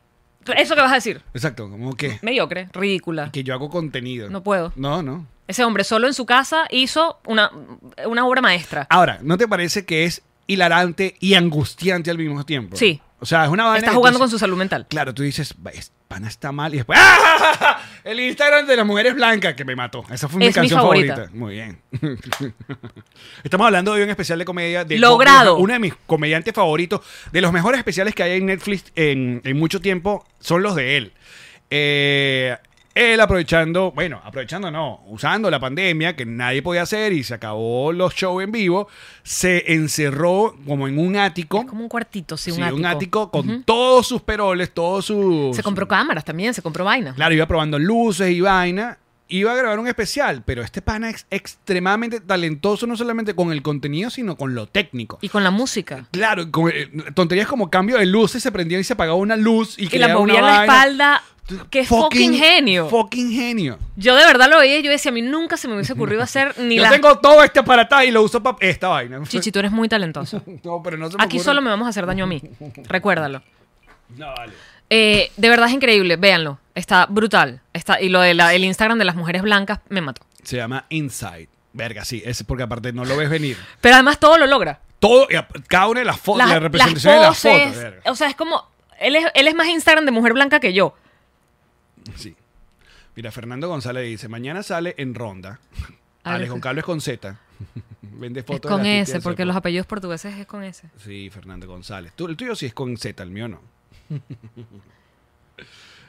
S4: Eso que vas a decir.
S3: Exacto, como que...
S4: Mediocre, ridícula.
S3: Que yo hago contenido.
S4: No puedo.
S3: No, no.
S4: Ese hombre solo en su casa hizo una, una obra maestra.
S3: Ahora, ¿no te parece que es hilarante y angustiante al mismo tiempo?
S4: Sí.
S3: O sea, es una vaina.
S4: Está
S3: que
S4: jugando
S3: tú
S4: con
S3: dices-
S4: su salud mental.
S3: Claro, tú dices, "Va, es- pana está mal y después. ¡Ah! El Instagram de las mujeres blancas que me mató. Esa fue mi
S4: Es mi
S3: canción
S4: favorita.
S3: favorita. Muy bien. (laughs) Estamos hablando de un especial de comedia de
S4: Logrado.
S3: Bob Dylan, uno de mis comediantes favoritos, de los mejores especiales que hay en Netflix en, en mucho tiempo, son los de él. Eh, él aprovechando, bueno, aprovechando no, usando la pandemia que nadie podía hacer y se acabó los shows en vivo, se encerró como en un ático.
S4: Como un cuartito, sí, un
S3: sí,
S4: ático.
S3: con todos sus peroles, todos sus...
S4: Se compró cámaras también, se compró vaina.
S3: Claro, iba probando luces y vaina. Iba a grabar un especial, pero este pana es extremadamente talentoso, no solamente con el contenido, sino con lo técnico.
S4: Y con la música.
S3: Claro, con, eh, tonterías como cambio de luces, se prendía y se apagaba una luz y,
S4: Y la
S3: creaba
S4: movía
S3: una
S4: la
S3: vaina.
S4: espalda. ¡Qué fucking, genio!
S3: Fucking genio.
S4: yo de verdad lo veía y yo decía, a mí nunca se me hubiese
S3: (laughs)
S4: ocurrido hacer ni
S3: Yo
S4: la...
S3: tengo todo este aparataje y lo uso para esta vaina.
S4: Chichi, tú eres muy talentoso.
S3: (laughs) No, pero no se me
S4: Aquí
S3: ocurre.
S4: solo me vamos a hacer daño a mí. Recuérdalo.
S3: No, vale.
S4: Eh, de verdad es increíble, véanlo. Está brutal. Está, y lo del el Instagram de las mujeres blancas me mató.
S3: Se llama Inside. Verga, sí, es porque aparte no lo ves venir.
S4: Pero además todo lo logra.
S3: Todo, y a- cada una de las fotos,
S4: Las,
S3: la
S4: las
S3: representación de las
S4: poses,
S3: fotos. verga.
S4: o sea, es como... Él es, él es más Instagram de mujer blanca que yo.
S3: Sí. Mira, Fernando González dice, mañana sale en ronda.
S4: Alex.
S3: Alex Goncalves con Z. (laughs) Vende
S4: Es
S3: fotos. de
S4: con
S3: las
S4: S,
S3: titas,
S4: porque
S3: ¿no?
S4: los apellidos portugueses es con S.
S3: Sí, Fernando González. Tú, el tuyo sí es con Z, el mío no.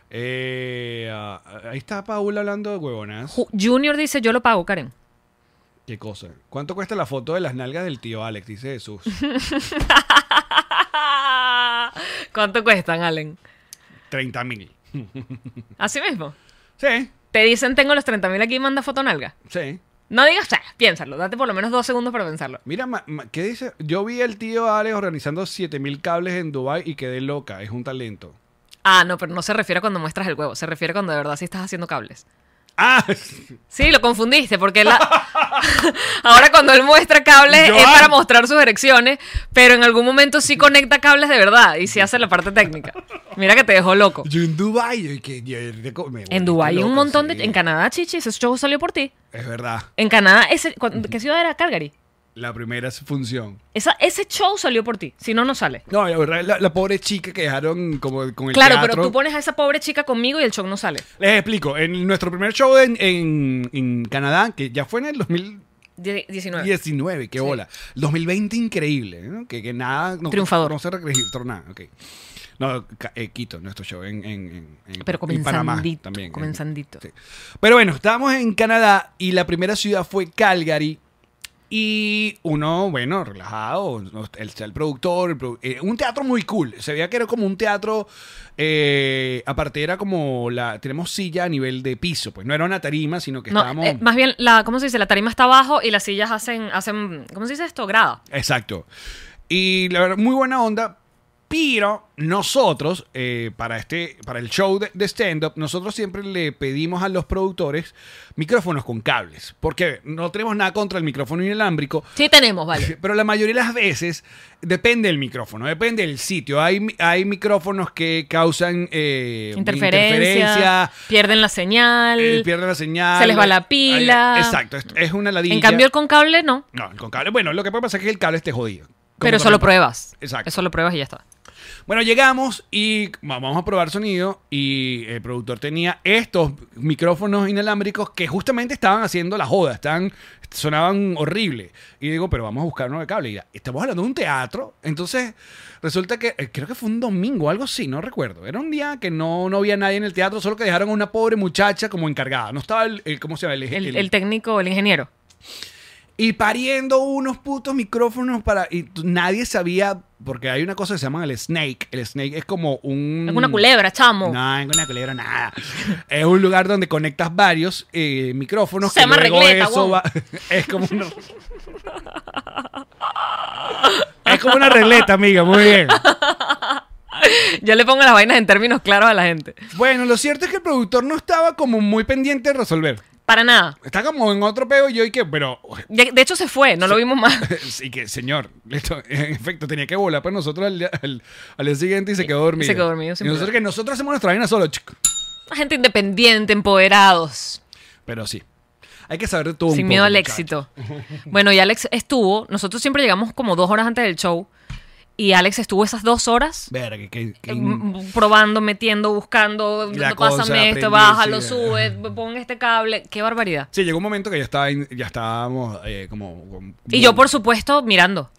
S3: Eh, ah, ahí está Paula hablando de huevonas.
S4: Ju- Junior dice, yo lo pago, Karen. (laughs)
S3: ¿Qué cosa? ¿Cuánto cuesta la foto de las nalgas del tío Alex? Dice
S4: (laughs)
S3: Jesús.
S4: ¿Cuánto cuestan, Allen?
S3: 30 mil.
S4: Así mismo.
S3: Sí,
S4: Te dicen, tengo los 30.000 aquí, manda foto nalga.
S3: sí.
S4: No digas, "Ah, piénsalo, date por lo menos dos segundos para pensarlo.
S3: Mira, ma- ma- ¿qué dice? Yo vi al tío Alex organizando 7000 cables en Dubai y quedé loca. Es un talento. (laughs)
S4: Ah, no, pero no se refiere a cuando muestras el huevo, se refiere a cuando de verdad sí estás haciendo cables.
S3: ¡Ah!
S4: Sí, lo confundiste,
S3: (laughs)
S4: porque él la- ahora cuando él muestra cables es
S3: Joan.
S4: para mostrar sus erecciones, pero en algún momento sí conecta cables de verdad y sí hace la parte técnica. Mira que te dejó loco.
S3: Yo en Dubai. yo- que- yo- me volviste
S4: En Dubái hay un
S3: loca,
S4: montón
S3: sí.
S4: de... En Canadá, chichi, ese show salió por ti.
S3: Es verdad.
S4: En Canadá, ese,
S3: Mm.
S4: cuan- ¿qué ciudad era? Calgary.
S3: La primera función.
S4: Esa, ese show salió por ti, si no, no sale.
S3: No, la, verdad, la- la pobre chica que dejaron como con el
S4: Claro,
S3: teatro.
S4: pero tú pones a esa pobre chica conmigo y el show no sale.
S3: Les explico. En nuestro primer show en, en- en Canadá, que ya fue en el 2019,
S4: Die- 19.
S3: qué
S4: Sí.
S3: bola. 2020 increíble, ¿no? Que, que nada... No,
S4: Triunfador.
S3: No se registró nada, ok. No, ca- eh, Quito, nuestro show en, en, en- en-
S4: Pero
S3: y Panamá
S4: comenzandito,
S3: también.
S4: comenzandito.
S3: Sí. Pero bueno, estábamos en Canadá y la primera ciudad fue Calgary. Y uno, bueno, relajado, no, el, el productor, el produ- eh, un teatro muy cool. Se veía que era como un teatro, eh, aparte era como la, tenemos silla a nivel de piso, pues no era una tarima, sino que
S4: No,
S3: estábamos...
S4: eh, más bien, la, ¿cómo se dice? La tarima está abajo y las sillas hacen, hacen ¿cómo se dice esto? Grada.
S3: Exacto. Y la verdad, muy buena onda. Pero nosotros, eh, para, este, para el show de, de stand-up, nosotros siempre le pedimos a los productores micrófonos con cables. Porque no tenemos nada contra el micrófono inalámbrico.
S4: Sí tenemos,
S3: (laughs)
S4: vale.
S3: Pero la mayoría de las veces depende del micrófono, depende del sitio. Hay, mi- hay micrófonos que causan eh,
S4: Interferencia,
S3: interferencia,
S4: pierden la señal.
S3: eh, pierden la señal.
S4: se les va la pila.
S3: Ay, Exacto, es, es una ladilla.
S4: en cambio, el con cable no.
S3: No, el con cable. Bueno, lo que puede pasar es que el cable esté jodido. Como
S4: Pero eso lo
S3: también-
S4: pruebas.
S3: Exacto.
S4: Eso lo pruebas y ya está.
S3: Bueno, llegamos y vamos a probar sonido y el productor tenía estos micrófonos inalámbricos que justamente estaban haciendo la joda, estaban, sonaban horrible. Y digo, pero vamos a buscar uno de cable. Y ya, estamos hablando de un teatro, entonces resulta que eh, creo que fue un domingo, algo así, no recuerdo. Era un día que no, no había nadie en el teatro, solo que dejaron a una pobre muchacha como encargada. No estaba el, el- ¿cómo se llama? El-
S4: El,
S3: el-
S4: el técnico, el ingeniero.
S3: y pariendo unos putos micrófonos para. Y t- nadie sabía, porque hay una cosa que se llama el snake. El snake es como un.
S4: Es una culebra, chamo.
S3: No, es una culebra, nada. es un lugar donde conectas varios eh, micrófonos.
S4: Se llama regleta, huevón.
S3: (laughs) Es como una. es como una regleta, amiga, muy bien.
S4: Yo le pongo las vainas en términos claros a la gente.
S3: Bueno, lo cierto es que el productor no estaba como muy pendiente de resolver.
S4: Para nada.
S3: Está como en otro peo y yo y que, pero
S4: De, de hecho, se fue, no lo
S3: (laughs)
S4: vimos más.
S3: Sí, que señor, (laughs) esto, en efecto, tenía que volar para nosotros al día, al, al día siguiente y se quedó dormido.
S4: se quedó dormido,
S3: Y
S4: sin
S3: nosotros
S4: problema.
S3: que nosotros hacemos nuestra vaina solo, chico.
S4: Gente independiente, empoderados.
S3: Pero sí, hay que saber de todo un
S4: Sin
S3: poco,
S4: miedo al
S3: muchachos.
S4: éxito. Bueno, y Alex estuvo. Nosotros siempre llegamos como dos horas antes del show. Y Alex estuvo esas dos horas
S3: Verga, que- que- que-
S4: eh, m- probando, metiendo, buscando.
S3: La
S4: no,
S3: cosa,
S4: pásame esto,
S3: aprendí,
S4: bájalo,
S3: sí,
S4: sube, pon este cable. Qué barbaridad.
S3: Sí, llegó un momento que ya, estaba, in- ya estábamos eh, como, como-
S4: Y yo, por supuesto, mirando.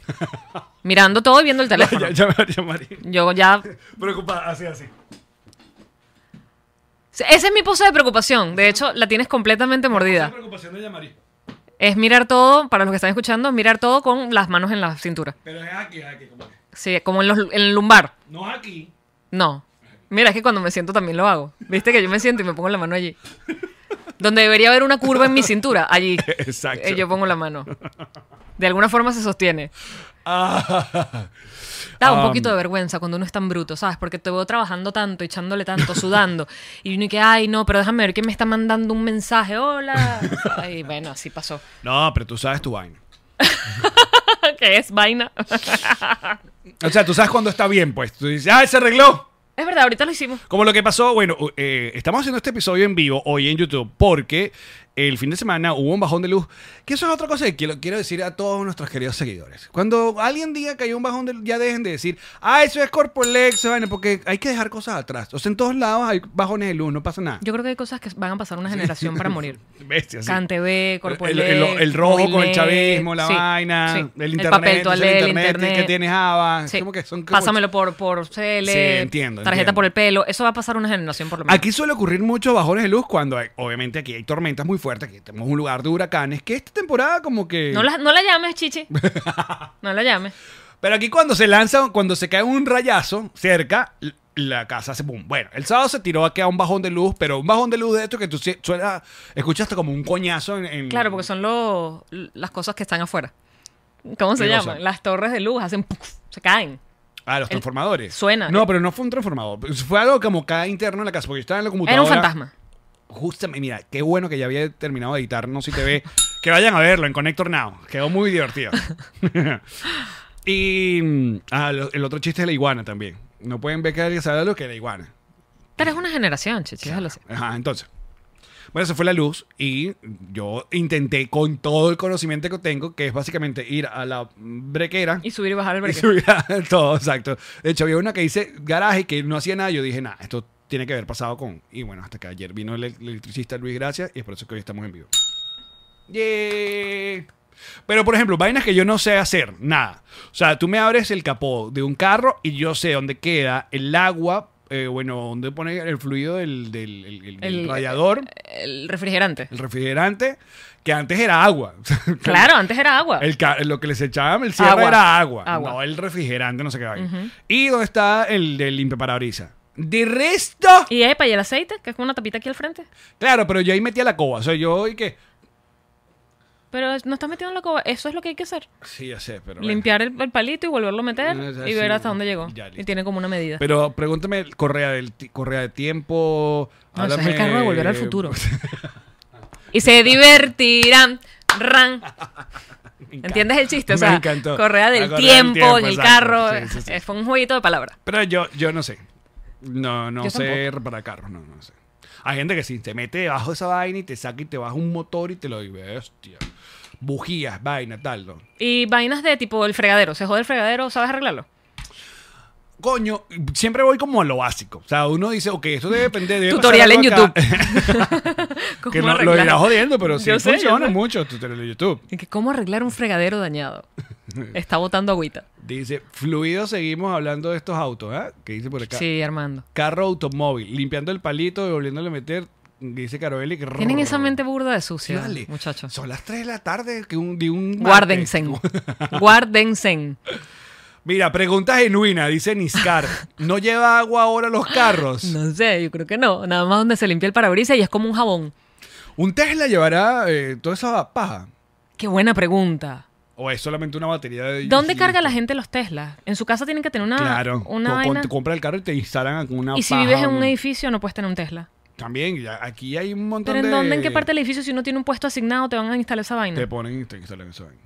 S4: mirando todo y viendo el
S3: (laughs) Ya,
S4: teléfono.
S3: ya, ya, ya, María.
S4: Yo ya.
S3: Preocupada, así, así.
S4: Esa es mi pose de preocupación. De hecho, la tienes completamente mordida.
S3: preocupación de Yamari.
S4: Es mirar todo, para los que están escuchando, mirar todo con las manos en la cintura.
S3: Pero es aquí, aquí, como que.
S4: Sí, como en, los, en el lumbar.
S3: No aquí.
S4: No. Mira, es que cuando me siento también lo hago. Viste que yo me siento y me pongo la mano allí. Donde debería haber una curva en mi cintura, allí.
S3: (laughs) Exacto.
S4: Eh, Yo pongo la mano. De alguna forma se sostiene.
S3: Ah, (laughs)
S4: Da un
S3: Um,
S4: poquito de vergüenza cuando uno es tan bruto, ¿sabes? Porque te veo trabajando tanto, echándole
S3: (laughs)
S4: tanto, sudando. Y uno y que, ay, no, pero déjame ver que me está mandando un mensaje. Hola. Ay, bueno, así (laughs) pasó.
S3: no, pero tú sabes tu vaina.
S4: que es vaina.
S3: O sea, tú sabes cuando está bien, pues. Tú dices, ah, se arregló.
S4: es verdad, ahorita lo hicimos.
S3: Como lo que pasó, bueno, eh, estamos haciendo este episodio en vivo hoy en YouTube porque el fin de semana hubo un bajón de luz, que eso es otra cosa que quiero, quiero decir a todos nuestros queridos seguidores. Cuando alguien diga que hay un bajón de luz, ya dejen de decir, ah, eso es Corpolex, esa vaina", porque hay que dejar cosas atrás. O sea, en todos lados hay bajones de luz, no pasa nada.
S4: Yo creo que hay cosas que van a pasar una generación para morir.
S3: Bestia, sí.
S4: Cante B, Corpo
S3: el, el- el rojo con el chavismo, la vaina, el internet,
S4: papel toalé,
S3: el internet, que tiene Java,
S4: Sí.
S3: como que son como-
S4: Pásamelo por, por CL,
S3: Sí, entiendo,
S4: tarjeta
S3: entiendo.
S4: por el pelo. Eso va a pasar una generación por lo menos.
S3: Aquí suele ocurrir muchos bajones de luz cuando hay- obviamente aquí hay tormentas muy fuertes, aquí tenemos un lugar de huracanes, que esta temporada como que...
S4: No, la, no la
S3: (laughs)
S4: llames, Chichi. No la llames.
S3: Pero aquí cuando se lanza, cuando se cae un rayazo cerca, l- la casa hace boom. Bueno, el sábado se tiró a quedar un bajón de luz, pero un bajón de luz de esto que tú sie- suena, escuchaste como un coñazo en, en-
S4: Claro, porque son los- las cosas que están afuera. ¿Cómo se
S3: ¿Qué cosa?
S4: llaman? Las torres de luz hacen... ¡puf! se caen.
S3: Ah, los transformadores.
S4: suena. ¿eh?
S3: No, pero no fue un transformador. Fue algo como cada interno en la casa, porque yo estaba en la
S4: Era
S3: computadora.
S4: un fantasma.
S3: Justamente, mira, qué bueno que ya había terminado de editar No Si TV. que vayan a verlo en Connector Now. Quedó muy divertido. y mm, ah, lo- el otro chiste es la iguana también. No pueden ver que alguien sabe lo que es la iguana.
S4: Pero es una generación, chichi, déjalo así.
S3: Ajá, entonces. Bueno, se fue la luz y yo intenté con todo el conocimiento que tengo, que es básicamente ir a la brequera
S4: Y subir y bajar el
S3: y
S4: break.
S3: subir (laughs) a- todo, exacto. De hecho, había una que dice garaje que no hacía nada. Yo dije, nada, esto tiene que haber pasado con. Y bueno, hasta que ayer vino el el electricista Luis Gracias y es por eso que hoy estamos en vivo. Yeah. Pero, por ejemplo, vainas que yo no sé hacer, nada. O sea, tú me abres el capó de un carro y yo sé dónde queda el agua, eh, bueno, dónde pone el fluido del, del- el- el- del
S4: El- eh,
S3: radiador,
S4: El refrigerante.
S3: el refrigerante, que antes era agua. (laughs)
S4: Claro, antes era agua.
S3: El ca- lo que les echaban el cierre
S4: Agua.
S3: era agua,
S4: Agua.
S3: no el refrigerante, no sé qué vaina. Y dónde está el del limpiaparabrisas. De resto,
S4: Y epa, y el aceite, que es como una tapita aquí al frente.
S3: claro, pero yo ahí metía la coba. O sea, yo y que
S4: Pero no estás metido en la coba. Eso es lo que hay que hacer.
S3: sí, ya sé, pero bueno.
S4: Limpiar el, el palito y volverlo a meter
S3: No, ya
S4: y ver
S3: sí.
S4: hasta dónde llegó.
S3: Ya, listo.
S4: y tiene como una medida.
S3: Pero pregúntame el correa del ti- correa de tiempo.
S4: No, ese es el
S3: háblame-
S4: carro de Volver al Futuro. y se divertirán.
S3: (laughs)
S4: Ran.
S3: Me encanta.
S4: ¿Entiendes el chiste? O
S3: Me
S4: sea,
S3: encantó.
S4: correa
S3: La
S4: del
S3: correa del
S4: tiempo,
S3: tiempo,
S4: en el
S3: exacto.
S4: carro.
S3: Sí, sí, sí.
S4: Eh, Fue un jueguito de palabras.
S3: (laughs) Pero yo, yo no sé. No, no
S4: Yo
S3: sé reparar carros, no, no sé. Hay gente que sí, te mete debajo de esa vaina y te saca y te baja un motor y te lo dice, hostia. Bujías, vaina, tal, ¿no?
S4: Y vainas de tipo el fregadero. Se jode el fregadero, ¿sabes arreglarlo?
S3: Coño, siempre voy como a lo básico. O sea, uno dice, ok, esto debe depender de.
S4: Tutorial en
S3: YouTube. (laughs) que no,
S4: ¿Cómo
S3: lo
S4: arreglar?
S3: irá jodiendo, pero sí
S4: Yo sé, yo
S3: funciona
S4: sé.
S3: mucho el tutorial en YouTube.
S4: Y que, ¿Cómo arreglar un fregadero dañado?
S3: (laughs)
S4: Está botando agüita.
S3: Dice, fluido, seguimos hablando de estos autos, ¿ah? Que dice por acá.
S4: Sí, Armando. Carro
S3: Carro automóvil, limpiando el palito y volviéndole a meter, dice Carobelli. que-
S4: Tienen esa mente burda de
S3: Sí,
S4: sucia,
S3: vale.
S4: muchachos.
S3: Son las 3 de la tarde que un, de un martes.
S4: Guárdense. Guárdense.
S3: (laughs) Mira, pregunta genuina, dice Niscar. ¿No lleva agua ahora los carros?
S4: (laughs) No sé, yo creo que no. Nada más donde se limpia el parabrisas y es como un jabón.
S3: ¿Un Tesla llevará eh, toda esa paja?
S4: Qué buena pregunta.
S3: ¿O es solamente una batería de...
S4: ¿Dónde carga la
S3: gente?
S4: gente los Teslas? En su casa tienen que tener una,
S3: Claro.
S4: una
S3: Co- con-
S4: vaina.
S3: te compra el carro y te instalan con una
S4: Y si
S3: paja,
S4: vives en
S3: un-
S4: un edificio no puedes tener un Tesla.
S3: También, ya- aquí hay un montón
S4: Pero
S3: de...
S4: ¿en dónde, en qué parte del edificio si uno tiene un puesto asignado te van a instalar esa vaina?
S3: Te ponen y te instalan esa vaina.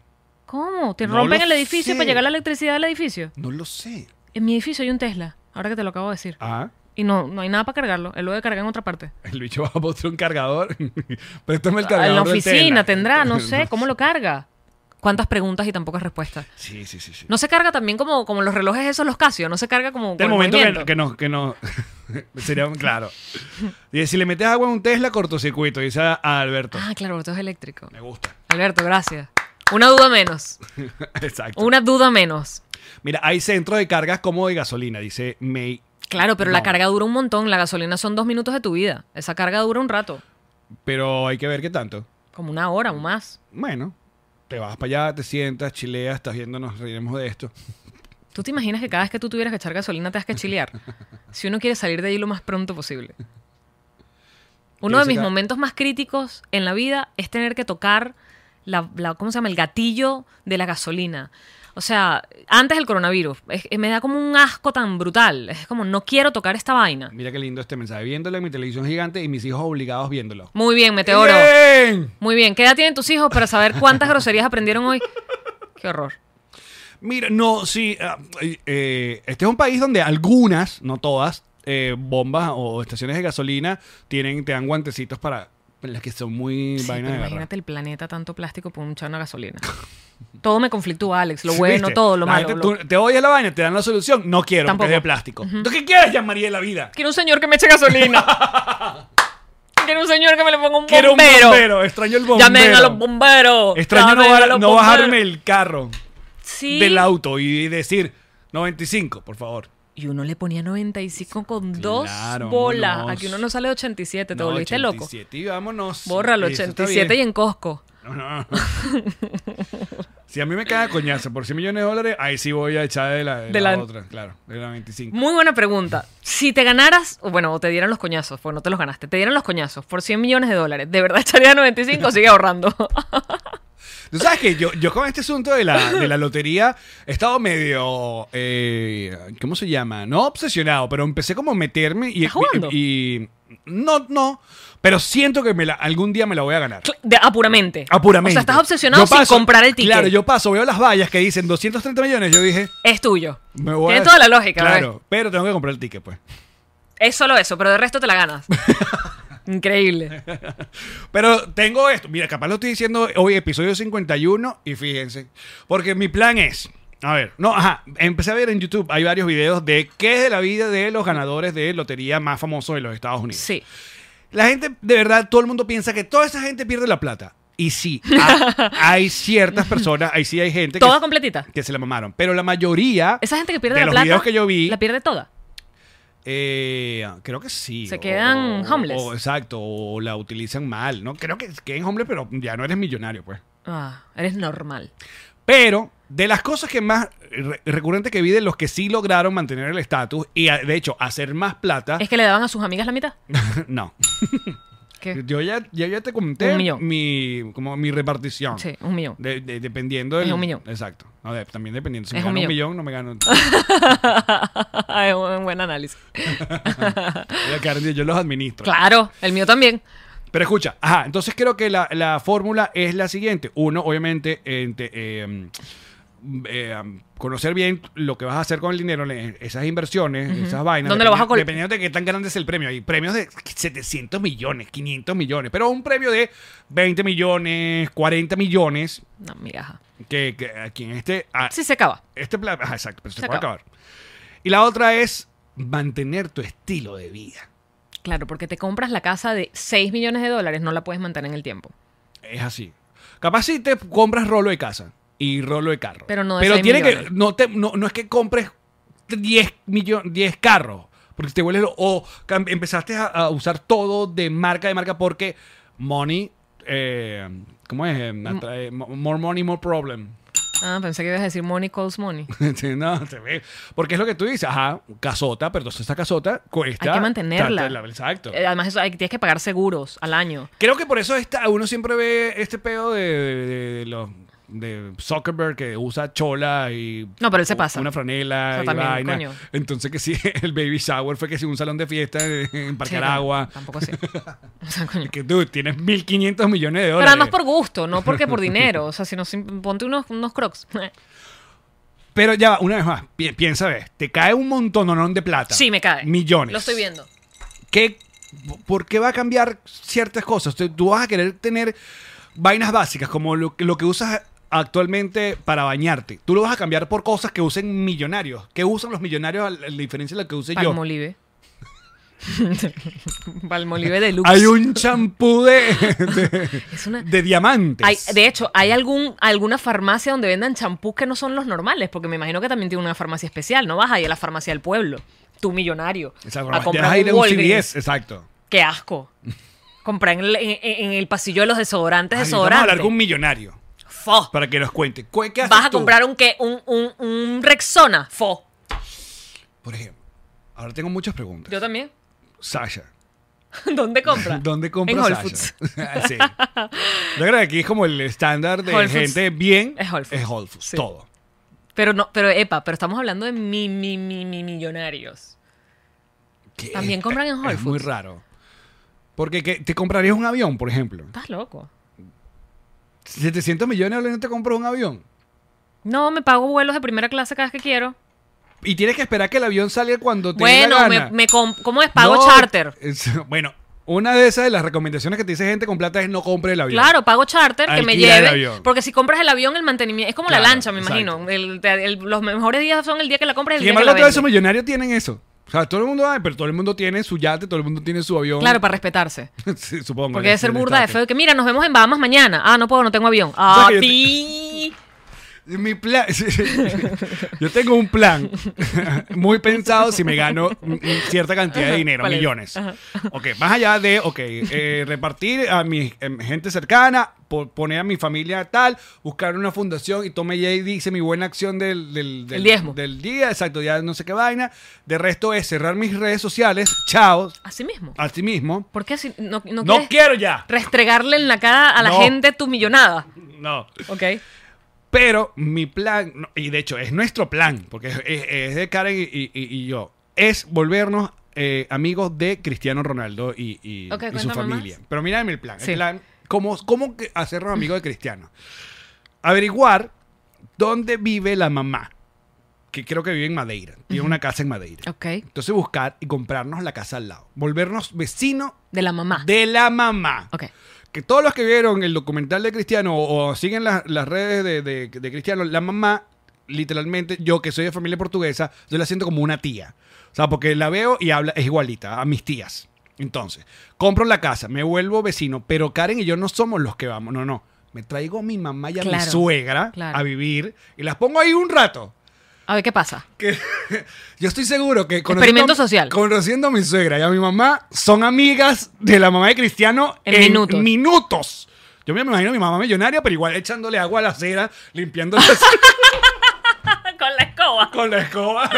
S4: ¿Cómo? ¿Te
S3: No
S4: rompen
S3: lo
S4: el edificio
S3: sé.
S4: para llegar la electricidad del edificio?
S3: No lo sé.
S4: En mi edificio hay un Tesla, ahora que te lo acabo de decir.
S3: Ah,
S4: Y no, no hay nada para cargarlo, él lo debe cargar en otra parte.
S3: el bicho (laughs) va a mostrar un cargador. (laughs) Préstame el
S4: Ah,
S3: cargador
S4: En la
S3: del
S4: oficina
S3: Tesla. (laughs)
S4: tendrá, no sé, ¿cómo lo carga? ¿Cuántas preguntas y tan pocas respuestas?
S3: Sí, sí, sí. sí.
S4: No se carga también como, como los relojes esos, los Casio, no se carga como...
S3: Del
S4: con el
S3: momento que,
S4: movimiento.
S3: que no, que no. (laughs) Sería un- claro. Y si le metes agua a un Tesla, cortocircuito, dice a- a Alberto.
S4: Ah, claro, esto es eléctrico.
S3: Me gusta. (laughs)
S4: Alberto, gracias. Una duda menos.
S3: Exacto.
S4: Una duda menos.
S3: Mira, hay centro de cargas como de gasolina, dice May.
S4: Claro, pero la
S3: No,
S4: carga dura un montón. La gasolina son dos minutos de tu vida. Esa carga dura un rato.
S3: Pero hay que ver qué tanto.
S4: Como una hora o más.
S3: Bueno, te vas para allá, te sientas, chileas, estás viéndonos, reiremos de esto.
S4: ¿Tú te imaginas que cada vez que tú tuvieras que echar gasolina te has que chilear? si uno quiere salir de ahí lo más pronto posible. Uno de
S3: Tienes
S4: mis
S3: esa-
S4: momentos más críticos en la vida es tener que tocar la, la- ¿cómo se llama? el gatillo de la gasolina. O sea, antes del coronavirus, es- me da como un asco tan brutal. Es como, no quiero tocar esta vaina.
S3: Mira qué lindo este mensaje. Viéndolo en mi televisión gigante y mis hijos obligados viéndolo.
S4: Muy bien, Meteoro.
S3: ¡Bien!
S4: Muy bien, ¿qué edad tienen tus hijos para saber cuántas groserías aprendieron hoy? Qué horror.
S3: Mira, no, sí. ah, eh, este es un país donde algunas, no todas, eh, bombas o estaciones de gasolina tienen, te dan guantecitos para las que son muy vainas
S4: Sí, pero
S3: de agarrar.
S4: imagínate el planeta tanto plástico por un chano de gasolina. (laughs) Todo me conflictúa, Alex. Lo
S3: Sí,
S4: bueno,
S3: ¿viste?
S4: todo, lo
S3: La
S4: malo.
S3: gente,
S4: lo-
S3: tú- te odias la vaina, te dan la solución. No quiero, porque es de
S4: Tampoco.
S3: plástico. ¿Tú qué quieres, Jean María de la vida?
S4: Quiero un señor que me eche
S3: (laughs)
S4: gasolina. Quiero un señor que me le ponga un
S3: Quiero
S4: bombero.
S3: un bombero. Extraño el bombero.
S4: Llamen a los bomberos.
S3: Extraño no,
S4: Llamen
S3: ba-
S4: a los
S3: no
S4: bomberos.
S3: bajarme el carro
S4: Sí.
S3: del auto y decir 95, por favor.
S4: Y uno le ponía 95 con dos
S3: Claro,
S4: bolas.
S3: vámonos.
S4: Aquí uno no sale de 87. Te
S3: No,
S4: volviste loco.
S3: 87 y vámonos.
S4: Bórralo,
S3: Eso está
S4: 87 y
S3: bien.
S4: en Costco.
S3: No, no, no. (laughs) Si a mí me cae a coñazo por 100 millones de dólares, ahí sí voy a echar de la, de
S4: De
S3: la
S4: la-
S3: otra, claro, de la 25.
S4: Muy buena pregunta. Si te ganaras, o bueno, o te dieran los coñazos, pues no te los ganaste, te dieran los coñazos por 100 millones de dólares, ¿de verdad (laughs) echarías 95 o sigue ahorrando? (laughs)
S3: Tú sabes que yo, yo con este asunto de la, de la lotería he estado medio. eh, ¿Cómo se llama? No obsesionado, pero empecé como a meterme y.
S4: ¿Estás jugando?
S3: y- no, no. Pero siento que me la- algún día me la voy a ganar.
S4: Cl- de- apuramente.
S3: Apuramente.
S4: O sea, estás obsesionado
S3: Ah, Yo
S4: sin
S3: paso-
S4: comprar el ticket.
S3: Claro, yo paso, veo las vallas que dicen 230 millones. Yo dije,
S4: Es tuyo.
S3: me voy
S4: Tiene
S3: a-
S4: toda la lógica, ¿verdad?
S3: Claro, pero tengo que comprar el ticket, pues.
S4: Es solo eso, pero de resto te
S3: (laughs)
S4: la ganas. Increíble.
S3: Pero tengo esto. Mira, capaz lo estoy diciendo hoy, episodio 51, y fíjense. Porque mi plan es. A ver, no, ajá. Empecé a ver en YouTube, hay varios videos de qué es de la vida de los ganadores de lotería más famosos de los Estados Unidos.
S4: Sí.
S3: La gente, de verdad, todo el mundo piensa que toda esa gente pierde la plata. Y sí,
S4: (laughs)
S3: ha- hay ciertas personas, ahí sí hay gente que,
S4: Toda completita.
S3: que se la mamaron. Pero la mayoría.
S4: Esa gente que pierde
S3: de
S4: la
S3: los
S4: plata.
S3: videos que yo vi.
S4: La pierde toda.
S3: Eh, creo que sí.
S4: Se quedan homeless.
S3: o- exacto, o la utilizan mal, ¿no? Creo que queden homeless, pero ya no eres millonario, pues.
S4: Ah, eres normal.
S3: Pero de las cosas que más re- recurrente que vi de los que sí lograron mantener el estatus y a- de hecho hacer más plata,
S4: Es que le daban a sus amigas la mitad.
S3: (laughs) no.
S4: ¿Qué?
S3: Yo ya, ya, ya te comenté
S4: Un millón.
S3: mi como mi repartición.
S4: Sí, un millón.
S3: De- de- dependiendo
S4: Es
S3: del
S4: un millón.
S3: Exacto. No, de- también dependiendo. Si
S4: Es
S3: me
S4: un
S3: gano un millón, no me gano. (laughs)
S4: (laughs) es un buen análisis.
S3: Ya, Karen, yo los administro.
S4: Claro, el mío también.
S3: Pero escucha, ajá, entonces creo que la, la fórmula es la siguiente. Uno, obviamente, ente- eh, eh, conocer bien lo que vas a hacer con el dinero, le- esas inversiones, esas vainas.
S4: ¿Dónde lo vas a
S3: dependi-
S4: col-
S3: Dependiendo de qué tan grande es el premio. Hay premios de 700 millones, 500 millones, pero un premio de 20 millones, 40 millones,
S4: No, migaja.
S3: que, que aquí en este... a-
S4: Sí, se acaba.
S3: Este plan, ajá, exacto, pero se,
S4: Se
S3: puede
S4: acaba.
S3: acabar. Y la otra es mantener tu estilo de vida.
S4: Claro, porque te compras la casa de 6 millones de dólares, no la puedes mantener en el tiempo.
S3: Es así. Capaz si te compras rolo de casa y rolo de carro.
S4: Pero no de
S3: Pero
S4: seis
S3: tiene que
S4: millones.
S3: no te no, no es que compres 10 millones 10 carros, porque te vuelves lo- o cam- empezaste a, a usar todo de marca de marca porque money eh, ¿Cómo es? Eh,
S4: Mm.
S3: atrae- mo- More money, more problem. (laughs)
S4: Ah, pensé que ibas a decir money calls money.
S3: Sí, no, se ve. Porque es lo que tú dices. Ajá, casota, pero entonces esta casota cuesta.
S4: Hay que mantenerla.
S3: tanto, la- Exacto.
S4: Eh, Además, eso, hay- tienes que pagar seguros al año.
S3: Creo que por eso está, uno siempre ve este pedo de, de- de- de los de Zuckerberg que usa chola y
S4: No, pero él se pasa.
S3: una franela
S4: O sea,
S3: y
S4: también,
S3: vaina.
S4: coño.
S3: entonces que sí (laughs) el baby shower fue que sí un salón de fiesta en- en Parque
S4: Sí, no,
S3: Aragua (laughs)
S4: Tampoco así. O sea, coño.
S3: que tú tienes 1500 millones de
S4: Pero
S3: dólares
S4: además por gusto, no porque por dinero. O sea, si no, sim- ponte unos, unos crocs. (laughs)
S3: Pero ya va, una vez más pi- piensa ves te cae un montononón de plata
S4: Sí, me cae.
S3: millones
S4: Lo estoy viendo.
S3: ¿Qué- ¿Por qué va a cambiar ciertas cosas? Tú, tú vas a querer tener vainas básicas como lo, que- lo que usas actualmente para bañarte. Tú lo vas a cambiar por cosas que usen millonarios. ¿Qué usan los millonarios a la a la diferencia de lo que use yo?
S4: Palmolive. (laughs) Palmolive de
S3: Hay un champú de, de,
S4: Es una...
S3: de diamantes.
S4: Hay- de hecho, ¿hay algún, alguna farmacia donde vendan champús que no son los normales? Porque me imagino que también tiene una farmacia especial. No vas ahí a la farmacia del pueblo, tú millonario,
S3: Exacto,
S4: a
S3: vas
S4: comprar
S3: a ir a un
S4: Walgreens.
S3: CVS, exacto.
S4: ¡Qué asco! Comprar en, el- en- en el pasillo de los desodorantes
S3: Ay, vamos a
S4: desodorantes.
S3: hablar con un millonario
S4: ¡Fo!
S3: para que nos cuente. ¿Cu- ¿Qué haces
S4: ¿Vas a
S3: tú?
S4: comprar un, qué? un, un, un Rexona? ¡Fo!
S3: Por ejemplo, ahora tengo muchas preguntas.
S4: Yo también. (laughs)
S3: Sasha.
S4: ¿Dónde
S3: (laughs)
S4: compras?
S3: ¿Dónde compras
S4: En Whole
S3: Sasha? (laughs)
S4: Foods.
S3: sí. Yo creo que aquí es como el estándar de
S4: Whole Foods.
S3: gente bien.
S4: Es Whole Foods.
S3: Foods,
S4: Sí.
S3: Todo.
S4: Pero no, pero epa, pero estamos hablando de mi, mi, mi, mi millonarios.
S3: Que
S4: También
S3: es-
S4: compran en Whole
S3: Es muy
S4: Foods.
S3: raro. Porque ¿qué? te comprarías un avión, por ejemplo.
S4: Estás loco.
S3: 700 millones de dólares no te compras un avión.
S4: No, me pago vuelos de primera clase cada vez que quiero.
S3: Y tienes que esperar que el avión salga cuando te dé la
S4: Bueno, me,
S3: gana.
S4: me comp- ¿cómo es? Pago
S3: No,
S4: charter.
S3: es- (laughs) bueno, una de esas de las recomendaciones que te dice gente con plata es no compre el avión.
S4: Claro, pago charter que me
S3: Alquila el
S4: lleve.
S3: avión.
S4: Porque si compras el avión, el mantenimiento. Es como la
S3: Claro,
S4: lancha, me imagino. El- te- el- los mejores días son el día que la compras y el
S3: Sin
S4: día que
S3: embargo,
S4: la
S3: todos esos
S4: vendes.
S3: millonarios tienen eso. O sea, todo el mundo, ay, pero todo el mundo tiene su yate, todo el mundo tiene su avión.
S4: Claro, para respetarse.
S3: (laughs) Sí, supongo.
S4: Porque debe ser
S3: el
S4: burda de
S3: estatus. (laughs)
S4: feo. Que mira, nos vemos en Bahamas mañana. Ah, no puedo, no tengo avión. Ah,
S3: que yo te-
S4: pi.
S3: Mi plan. (laughs) sí, sí. Yo tengo un plan (laughs) muy pensado si me gano mm, mm, cierta cantidad de dinero,
S4: ¿cuál es?
S3: millones. Ok, más allá de, ok, eh, repartir a mi em, gente cercana, po- poner a mi familia tal, buscar una fundación y tome ya y dice mi buena acción del, del, del-
S4: El diezmo.
S3: del día, exacto, ya no sé qué vaina. De resto es cerrar mis redes sociales, chao,
S4: Así mismo.
S3: a ti mismo.
S4: ¿Por qué así? No, no,
S3: Ah. No
S4: quieres
S3: quiero ya.
S4: Restregarle en la cara a la
S3: No.
S4: gente tu millonada.
S3: No.
S4: Ok.
S3: Pero mi plan, no, y de hecho es nuestro plan, porque es, es- es de Karen y, y- y yo, es volvernos eh, amigos de Cristiano Ronaldo y, y-
S4: Ok,
S3: y su
S4: cuéntame
S3: familia. Pero mira el plan.
S4: Sí.
S3: El plan, ¿cómo, cómo que hacernos amigos de Cristiano? Averiguar dónde vive la mamá, que creo que vive en Madeira. Tiene una casa en Madeira.
S4: Ok.
S3: Entonces buscar y comprarnos la casa al lado. Volvernos vecinos
S4: De la mamá.
S3: de la mamá.
S4: Ok.
S3: Que todos los que vieron el documental de Cristiano o, o siguen las, las redes de, de- de Cristiano, la mamá, literalmente, yo que soy de familia portuguesa, yo la siento como una tía. O sea, porque la veo y habla, es igualita a mis tías. Entonces, compro la casa, me vuelvo vecino, pero Karen y yo no somos los que vamos, no, no. Me traigo a mi mamá y a mi
S4: Claro,
S3: suegra
S4: claro.
S3: a vivir y las pongo ahí un rato.
S4: A ver qué pasa.
S3: Que- yo estoy seguro que
S4: Experimento social.
S3: Conociendo a mi suegra y a mi mamá, son amigas de la mamá de Cristiano
S4: En minutos.
S3: minutos. Yo me imagino a mi mamá millonaria, pero igual echándole agua a la cera, limpiando la (laughs) cera
S4: Con la escoba.
S3: con la escoba.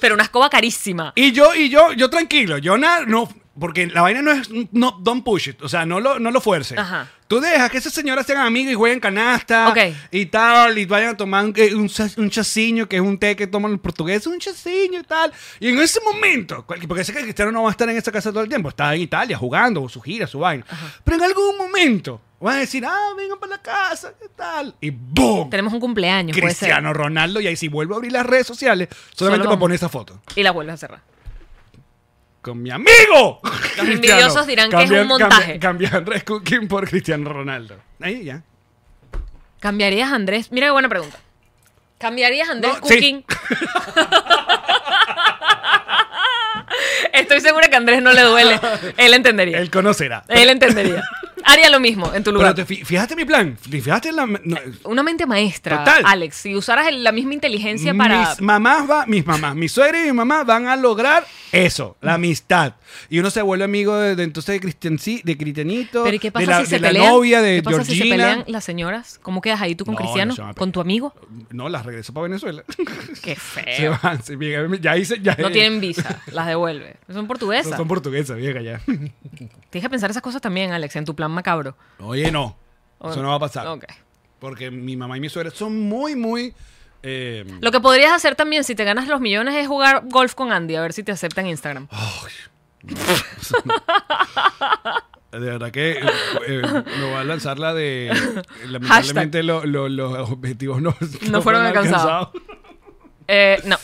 S4: Pero una escoba carísima.
S3: Y yo, y yo, yo tranquilo, yo na- no, porque la vaina no es, no, don't push it, o sea, no lo, no lo fuerces.
S4: Ajá.
S3: Tú dejas que esas señoras sean amigas y jueguen canasta
S4: Ok.
S3: y tal, y vayan a tomar un, eh, un, cha- un chaciño, que es un té que toman los portugueses, un chaciño y tal. Y en ese momento, cual- porque sé que Cristiano no va a estar en esa casa todo el tiempo, está en Italia jugando, su gira, su vaina. Pero en algún momento van a decir, ah, vengan para la casa, ¿qué tal? Y ¡boom!
S4: Tenemos un cumpleaños, puede ser.
S3: Cristiano Ronaldo, y ahí si vuelvo a abrir las redes sociales, solamente
S4: Solo
S3: para
S4: vamos.
S3: poner esa foto
S4: Y la vuelves a cerrar.
S3: con mi amigo. Cristiano.
S4: envidiosos dirán que es un montaje.
S3: Cambiar Andrés Cooking por Cristiano Ronaldo. Ahí ya.
S4: ¿Cambiarías a Andrés? Mira qué buena pregunta. ¿Cambiarías a Andrés
S3: No, sí.
S4: Cooking? Estoy segura que a Andrés no le duele. Él entendería.
S3: Él conocerá.
S4: Él entendería. Haría lo mismo en tu
S3: Pero
S4: lugar.
S3: te fi- fijaste mi plan. Fi- Fijaste la. no,
S4: Una mente maestra,
S3: Total.
S4: Alex. Si usaras el- la misma inteligencia para.
S3: Mis mamás va, mis mamás, mi suegra y mi mamá van a lograr eso,
S4: Mm.
S3: la amistad. Y uno se vuelve amigo de, de entonces de Cristian sí, de Cristianito,
S4: Pero ¿y qué pasa
S3: de la,
S4: si se
S3: de la
S4: pelean?
S3: novia de
S4: ¿Qué pasa si se
S3: Georgina.
S4: pelean las señoras? ¿Cómo quedas ahí tú con
S3: No,
S4: Cristiano?
S3: no se van a pelear.
S4: ¿Con tu amigo?
S3: No, las regreso para Venezuela.
S4: Qué
S3: se
S4: feo.
S3: van, se- ya hice, ya
S4: Eh. No tienen visa, las devuelve. Son portuguesas.
S3: No son portuguesas, vieja
S4: (laughs)
S3: ya.
S4: Tienes que pensar esas cosas también, Alex, en tu plan macabro.
S3: Oye, no. Eso no va a pasar.
S4: Oh. Ok.
S3: Porque mi mamá y mi suegra son muy, muy. eh,
S4: Lo que podrías hacer también si te ganas los millones es jugar golf con Andy, a ver si te aceptan en Instagram.
S3: de verdad que eh, eh, me va a lanzar la de. Lamentablemente lo- lo- los objetivos no,
S4: No fueron alcanzados. Eh, no,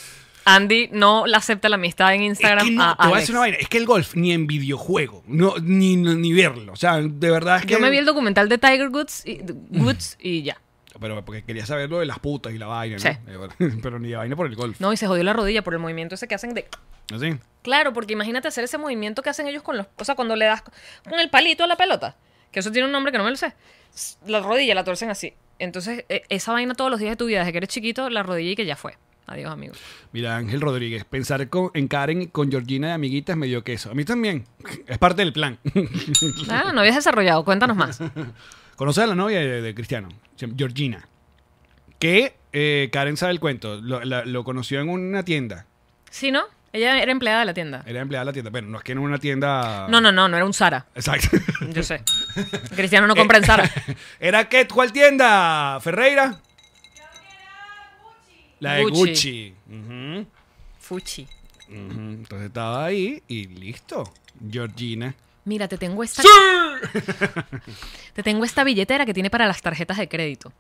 S4: Andy no le acepta la amistad en
S3: Es
S4: Instagram
S3: que no, te
S4: a
S3: voy a
S4: Alex.
S3: decir una vaina. Es que el golf ni en videojuego, no, ni, ni verlo. O sea, de verdad es que.
S4: Yo me vi el documental de Tiger Woods y, Woods y ya.
S3: Pero porque quería saber lo de las putas y la vaina. ¿no?
S4: Sí.
S3: Eh, bueno, (laughs) Pero ni la vaina por el golf.
S4: No, y se jodió la rodilla por el movimiento ese que hacen de...
S3: ¿Así?
S4: Claro, porque imagínate hacer ese movimiento que hacen ellos con los... O sea, cuando le das con el palito a la pelota. Que eso tiene un nombre que no me lo sé. S- La rodilla la torcen así. Entonces, e- esa vaina todos los días de tu vida, desde que eres chiquito, la rodilla y que ya fue. Adiós, amigos.
S3: Mira, Ángel Rodríguez, pensar con- en Karen y con Georgina de amiguitas me dio queso. A mí también. (laughs) Es parte del plan. (laughs)
S4: Ah, no habías desarrollado. Cuéntanos más.
S3: Conocer a la novia de, de Cristiano, se llama Georgina. Que eh, Karen sabe el cuento. Lo, la- lo conoció en una tienda.
S4: ¿Sí, no? Ella era empleada de la tienda.
S3: Era empleada de la tienda. Bueno, no es que en una tienda.
S4: No, no, no, no era un Sara.
S3: Exacto. (laughs)
S4: Yo sé. Cristiano no compra en Sara.
S3: ¿Era qué? ¿Cuál tienda? ¿Ferreira? La de
S4: Gucci.
S3: Gucci. Ujú.
S4: Fuchi.
S3: Ujú. Entonces estaba ahí y listo. Georgina.
S4: Mira, te tengo esta. (laughs) te tengo esta billetera que tiene para las tarjetas
S3: (laughs)
S4: de crédito.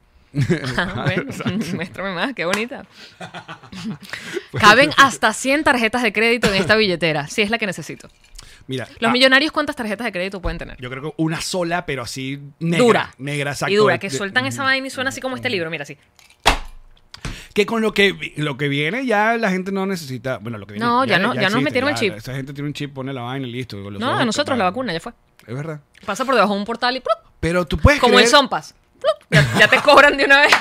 S4: Ah, bueno, (laughs) muéstrame más, qué bonita.
S3: Pues
S4: Caben hasta 100 tarjetas de crédito en esta billetera, si es la que necesito.
S3: Mira.
S4: Los
S3: ah,
S4: millonarios, ¿cuántas tarjetas de crédito pueden tener?
S3: Yo creo que una sola, pero así negra.
S4: dura.
S3: Negra, exacto.
S4: Y dura, que
S3: De-
S4: sueltan esa vaina y suena así como este libro, mira así.
S3: Que con lo que, vi- lo que viene ya la gente no necesita. Bueno, lo que viene.
S4: No, ya no- ya nos
S3: existe,
S4: metieron el chip.
S3: Esa gente tiene un chip, pone la vaina y listo. los
S4: No,
S3: ojos
S4: a nosotros la
S3: tapados.
S4: vacuna, ya fue.
S3: Es verdad.
S4: Pasa por debajo de un portal y ¡plup!
S3: (laughs) Pero tú puedes
S4: Como
S3: creer.
S4: el Zompas. pluc, ya, ya te cobran de una vez.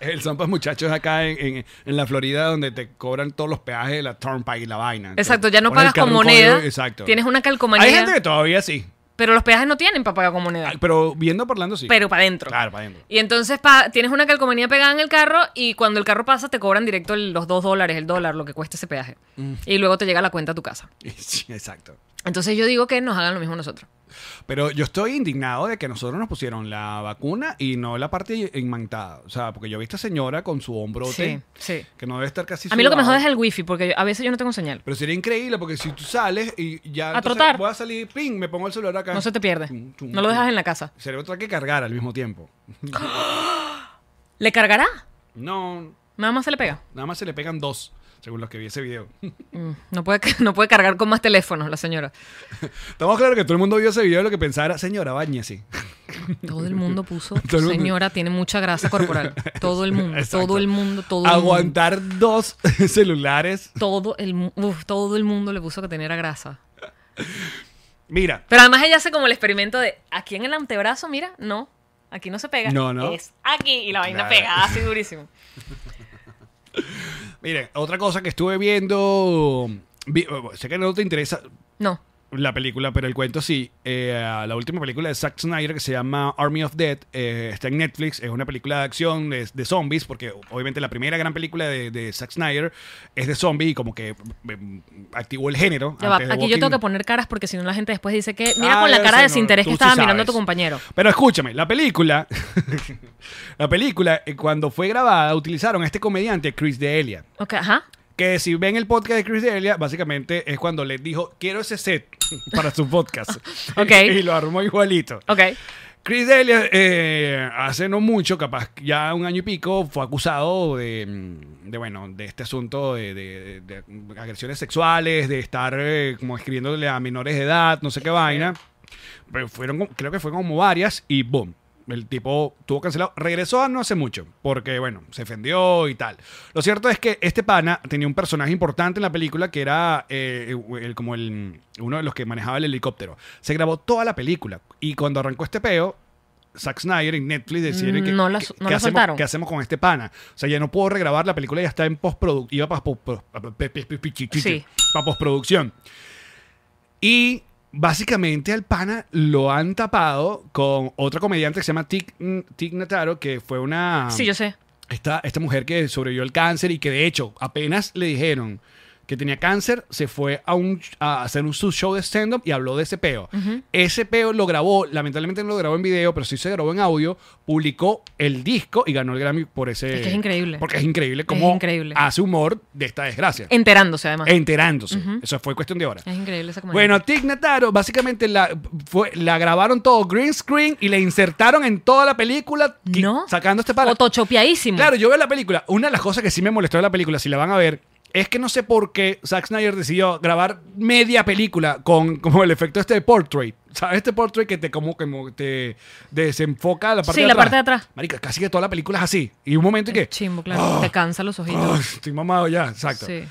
S3: El Zampas Muchachos acá en, en- en la Florida donde te cobran todos los peajes de la Turnpike y la vaina.
S4: Exacto,
S3: Entonces,
S4: ya no
S3: pones el
S4: pagas con
S3: carro en código,
S4: moneda.
S3: exacto.
S4: Tienes una calcomanía.
S3: Hay gente que todavía sí,
S4: Pero los peajes no tienen para pagar con moneda.
S3: Ah, pero viendo por Orlando sí.
S4: Pero para adentro.
S3: Claro, para adentro. (laughs)
S4: Y entonces pa- tienes una calcomanía pegada en el carro y cuando el carro pasa te cobran directo el- los dos dólares, el dólar, lo que cuesta ese peaje.
S3: Mm.
S4: Y luego te llega la cuenta a tu casa.
S3: Sí, exacto.
S4: Entonces yo digo que nos hagan lo mismo nosotros.
S3: Pero yo estoy indignado de que nosotros nos pusieron la vacuna y no la parte enmantada. O sea, porque yo vi a esta señora con su hombrote
S4: Sí, sí.
S3: que no debe estar casi
S4: A mí lo que me
S3: sudado.
S4: jode es el wifi porque yo- a veces yo no tengo señal.
S3: Pero sería increíble porque si tú sales y ya...
S4: A
S3: entonces
S4: trotar.
S3: Voy a salir, ping, me pongo el celular acá.
S4: No se te pierde.
S3: Tum, tum,
S4: No lo dejas
S3: tum.
S4: en la casa.
S3: El cerebro trae que cargar al mismo tiempo.
S4: ¿Le cargará?
S3: No,
S4: Nada más se le pega.
S3: nada más se le pegan dos, según los que vi ese video. (laughs)
S4: Mm, No puede, (laughs) ca- no puede cargar con más teléfonos la señora.
S3: Estamos claro que todo el mundo vio ese video y lo que pensara, señora, bañese.
S4: Todo el mundo puso.
S3: (laughs) Todo el mundo.
S4: Señora, tiene mucha grasa corporal. Todo el
S3: (laughs)
S4: mundo,
S3: Exacto.
S4: todo el mundo, todo el mundo.
S3: Aguantar dos (laughs) celulares.
S4: Todo el, mu- uf, todo el mundo le puso que tenía grasa.
S3: Mira,
S4: Pero además ella hace como el experimento de aquí en el antebrazo, mira, no, aquí no se pega.
S3: No, no.
S4: Es aquí y la vaina
S3: Claro.
S4: pega así durísimo.
S3: mire, otra cosa que estuve viendo, vi- eh, sé que no te interesa
S4: No.
S3: la película, pero el cuento sí. Eh, la última película de Zack Snyder que se llama Army of Dead eh, está en Netflix. Es una película de acción de, de zombies, porque obviamente la primera gran película de, de Zack Snyder es de zombies y como que mm, activó el género.
S4: Ya va,
S3: antes de
S4: aquí yo tengo
S3: Walking-
S4: que poner caras porque si no la gente después dice que mira
S3: Ah,
S4: con la
S3: ya
S4: cara
S3: sé,
S4: de
S3: no,
S4: desinterés
S3: tú
S4: que
S3: sí
S4: estaba mirando a tu
S3: sabes.
S4: compañero.
S3: Pero escúchame, la película, (laughs) la película eh, cuando fue grabada utilizaron a este comediante Chris D'Elia,
S4: Ok, ajá.
S3: que si ven el podcast de Chris D'Elia, básicamente es cuando les dijo quiero ese set (laughs) para su podcast
S4: (laughs) Ok.
S3: (laughs) y lo armó igualito.
S4: Ok.
S3: Chris D'Elia eh, hace no mucho, capaz ya un año y pico, fue acusado de, mm, de, bueno, de este asunto de, de- de- de agresiones sexuales, de estar eh, como escribiéndole a menores de edad, no sé qué vaina. Pero fueron, como- creo que fue como varias y boom. El tipo tuvo cancelado. Regresó a no hace mucho, porque bueno, se ofendió y tal. Lo cierto es que este pana tenía un personaje importante en la película que era eh, el- como el, uno de los que manejaba el helicóptero. Se grabó toda la película y cuando arrancó este peo, Zack Snyder en Netflix decidieron que,
S4: Mm, No la-
S3: que-
S4: no
S3: que
S4: la
S3: hacemos,
S4: soltaron.
S3: qué hacemos con este pana. O sea, ya no puedo regrabar la película, ya está en postproducción. Iba para
S4: Sí.
S3: postproducción. Y básicamente al pana lo han tapado con otra comediante que se llama Tig, mm, Tig Notaro, que fue una.
S4: Sí, yo sé.
S3: Esta, esta mujer que sobrevivió al cáncer y que de hecho apenas le dijeron que tenía cáncer, se fue a, un, a hacer un su show de stand-up y habló de ese peo. Ese peo lo grabó, lamentablemente no lo grabó en video, pero sí se grabó en audio, publicó el disco y ganó el Grammy por ese...
S4: Es que es increíble.
S3: Porque es increíble cómo
S4: increíble.
S3: hace humor de esta desgracia.
S4: Enterándose además.
S3: enterándose. Eso fue cuestión de horas.
S4: es increíble esa comunidad.
S3: Bueno, Tig Notaro, básicamente la, fue, la grabaron todo green screen y la insertaron en toda la película qui-
S4: ¿no?
S3: sacando este para...
S4: Photoshopeadísimo.
S3: Claro, yo veo la película. Una de las cosas que sí me molestó de la película, si la van a ver, es que no sé por qué Zack Snyder decidió grabar media película con como el efecto este de portrait. ¿Sabes? Este portrait que te como, como te desenfoca la parte
S4: Sí,
S3: de
S4: la
S3: atrás.
S4: parte de atrás.
S3: Marica, casi que toda la película es así. Y un momento en que.
S4: Chimbo, claro.
S3: "Ah,
S4: Te cansa los
S3: ah,
S4: ojitos.
S3: estoy mamado ya, exacto.
S4: Sí.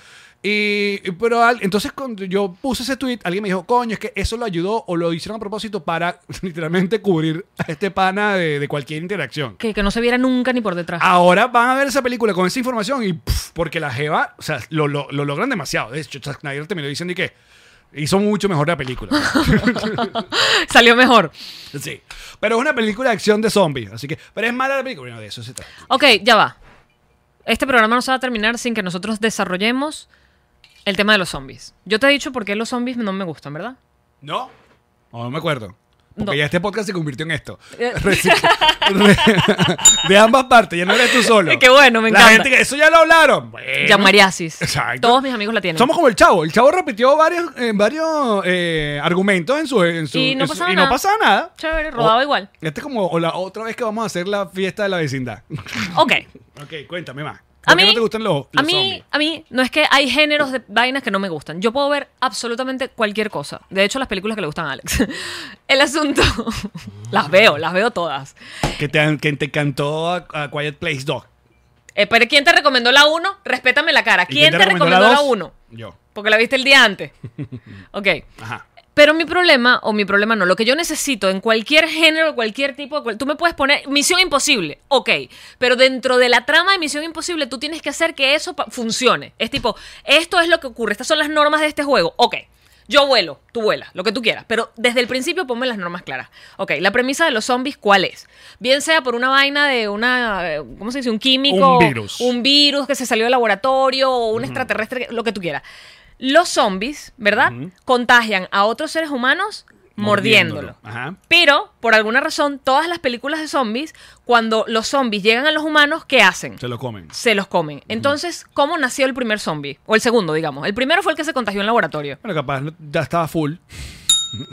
S3: Y, y- pero al- entonces cuando yo puse ese tweet, alguien me dijo, coño, es que eso lo ayudó o lo hicieron a propósito para (laughs) literalmente cubrir a este pana de- de cualquier interacción.
S4: Que, que no se viera nunca ni por detrás.
S3: Ahora van a ver esa película con esa información y pf, porque la Jeva, o sea, lo, lo- lo logran demasiado. De hecho, Zack Snyder también lo dicen de que hizo mucho mejor la película.
S4: (laughs) Salió mejor.
S3: sí. Pero es una película de acción de zombies, así que. Pero es mala la película. Bueno, de eso se trata.
S4: Ok, ya va. Este programa no se va a terminar sin que nosotros desarrollemos el tema de los zombies. Yo te he dicho por qué los zombies no me gustan, ¿verdad?
S3: ¿No? No, no me acuerdo. Porque
S4: No.
S3: ya este podcast se convirtió en esto.
S4: (laughs) Eh.
S3: Recicla- re- (laughs) de ambas partes, ya no eres tú solo.
S4: Qué bueno, me
S3: La
S4: encanta.
S3: gente que- eso ya lo hablaron. Bueno.
S4: Llamariasis.
S3: Eh, Exacto.
S4: Todos mis amigos la tienen.
S3: Somos como el chavo. El chavo repitió varios, eh, varios eh, argumentos en su, en su-
S4: Y no
S3: en su-
S4: pasaba
S3: y no
S4: nada.
S3: pasaba nada.
S4: Chévere, rodaba
S3: O-
S4: igual.
S3: Este es como o la otra vez que vamos a hacer la fiesta de la vecindad. (laughs)
S4: Ok.
S3: ok, cuéntame más. ¿Por qué
S4: A mí,
S3: no te gustan los, los
S4: a, mí,
S3: zombies?
S4: a mí no es que hay géneros de vainas que no me gustan. Yo puedo ver absolutamente cualquier cosa. De hecho, las películas que le gustan a Alex. (laughs) El asunto, (laughs) las veo, las veo todas.
S3: Que te, que te cantó a, a Quiet Place 2.
S4: Eh, pero ¿quién te recomendó la 1? Respétame la cara.
S3: ¿Y
S4: ¿Quién te recomendó la
S3: dos?
S4: 1?
S3: Yo. (laughs)
S4: Porque la viste el día antes. Ok.
S3: Ajá.
S4: Pero mi problema, o mi problema no, lo que yo necesito en cualquier género, cualquier tipo, cual- tú me puedes poner Misión Imposible, ok, pero dentro de la trama de Misión Imposible tú tienes que hacer que eso pa- funcione. Es tipo, esto es lo que ocurre, estas son las normas de este juego, ok. Yo vuelo, tú vuelas, lo que tú quieras, pero desde el principio ponme las normas claras. Ok, la premisa de los zombies, ¿cuál es? Bien sea por una vaina de una, eh, ¿cómo se dice? Un químico.
S3: Un virus.
S4: Un virus que se salió del laboratorio o un extraterrestre, lo que tú quieras. Los zombies, ¿verdad? Contagian a otros seres humanos mordiéndolo.
S3: Ajá.
S4: Pero, por alguna razón, todas las películas de zombies, cuando los zombies llegan a los humanos, ¿qué hacen?
S3: Se lo comen.
S4: Se los comen. Entonces, ¿cómo nació el primer zombie? O el segundo, digamos. El primero fue el que se contagió en laboratorio.
S3: Bueno, capaz no- ya estaba full. (laughs)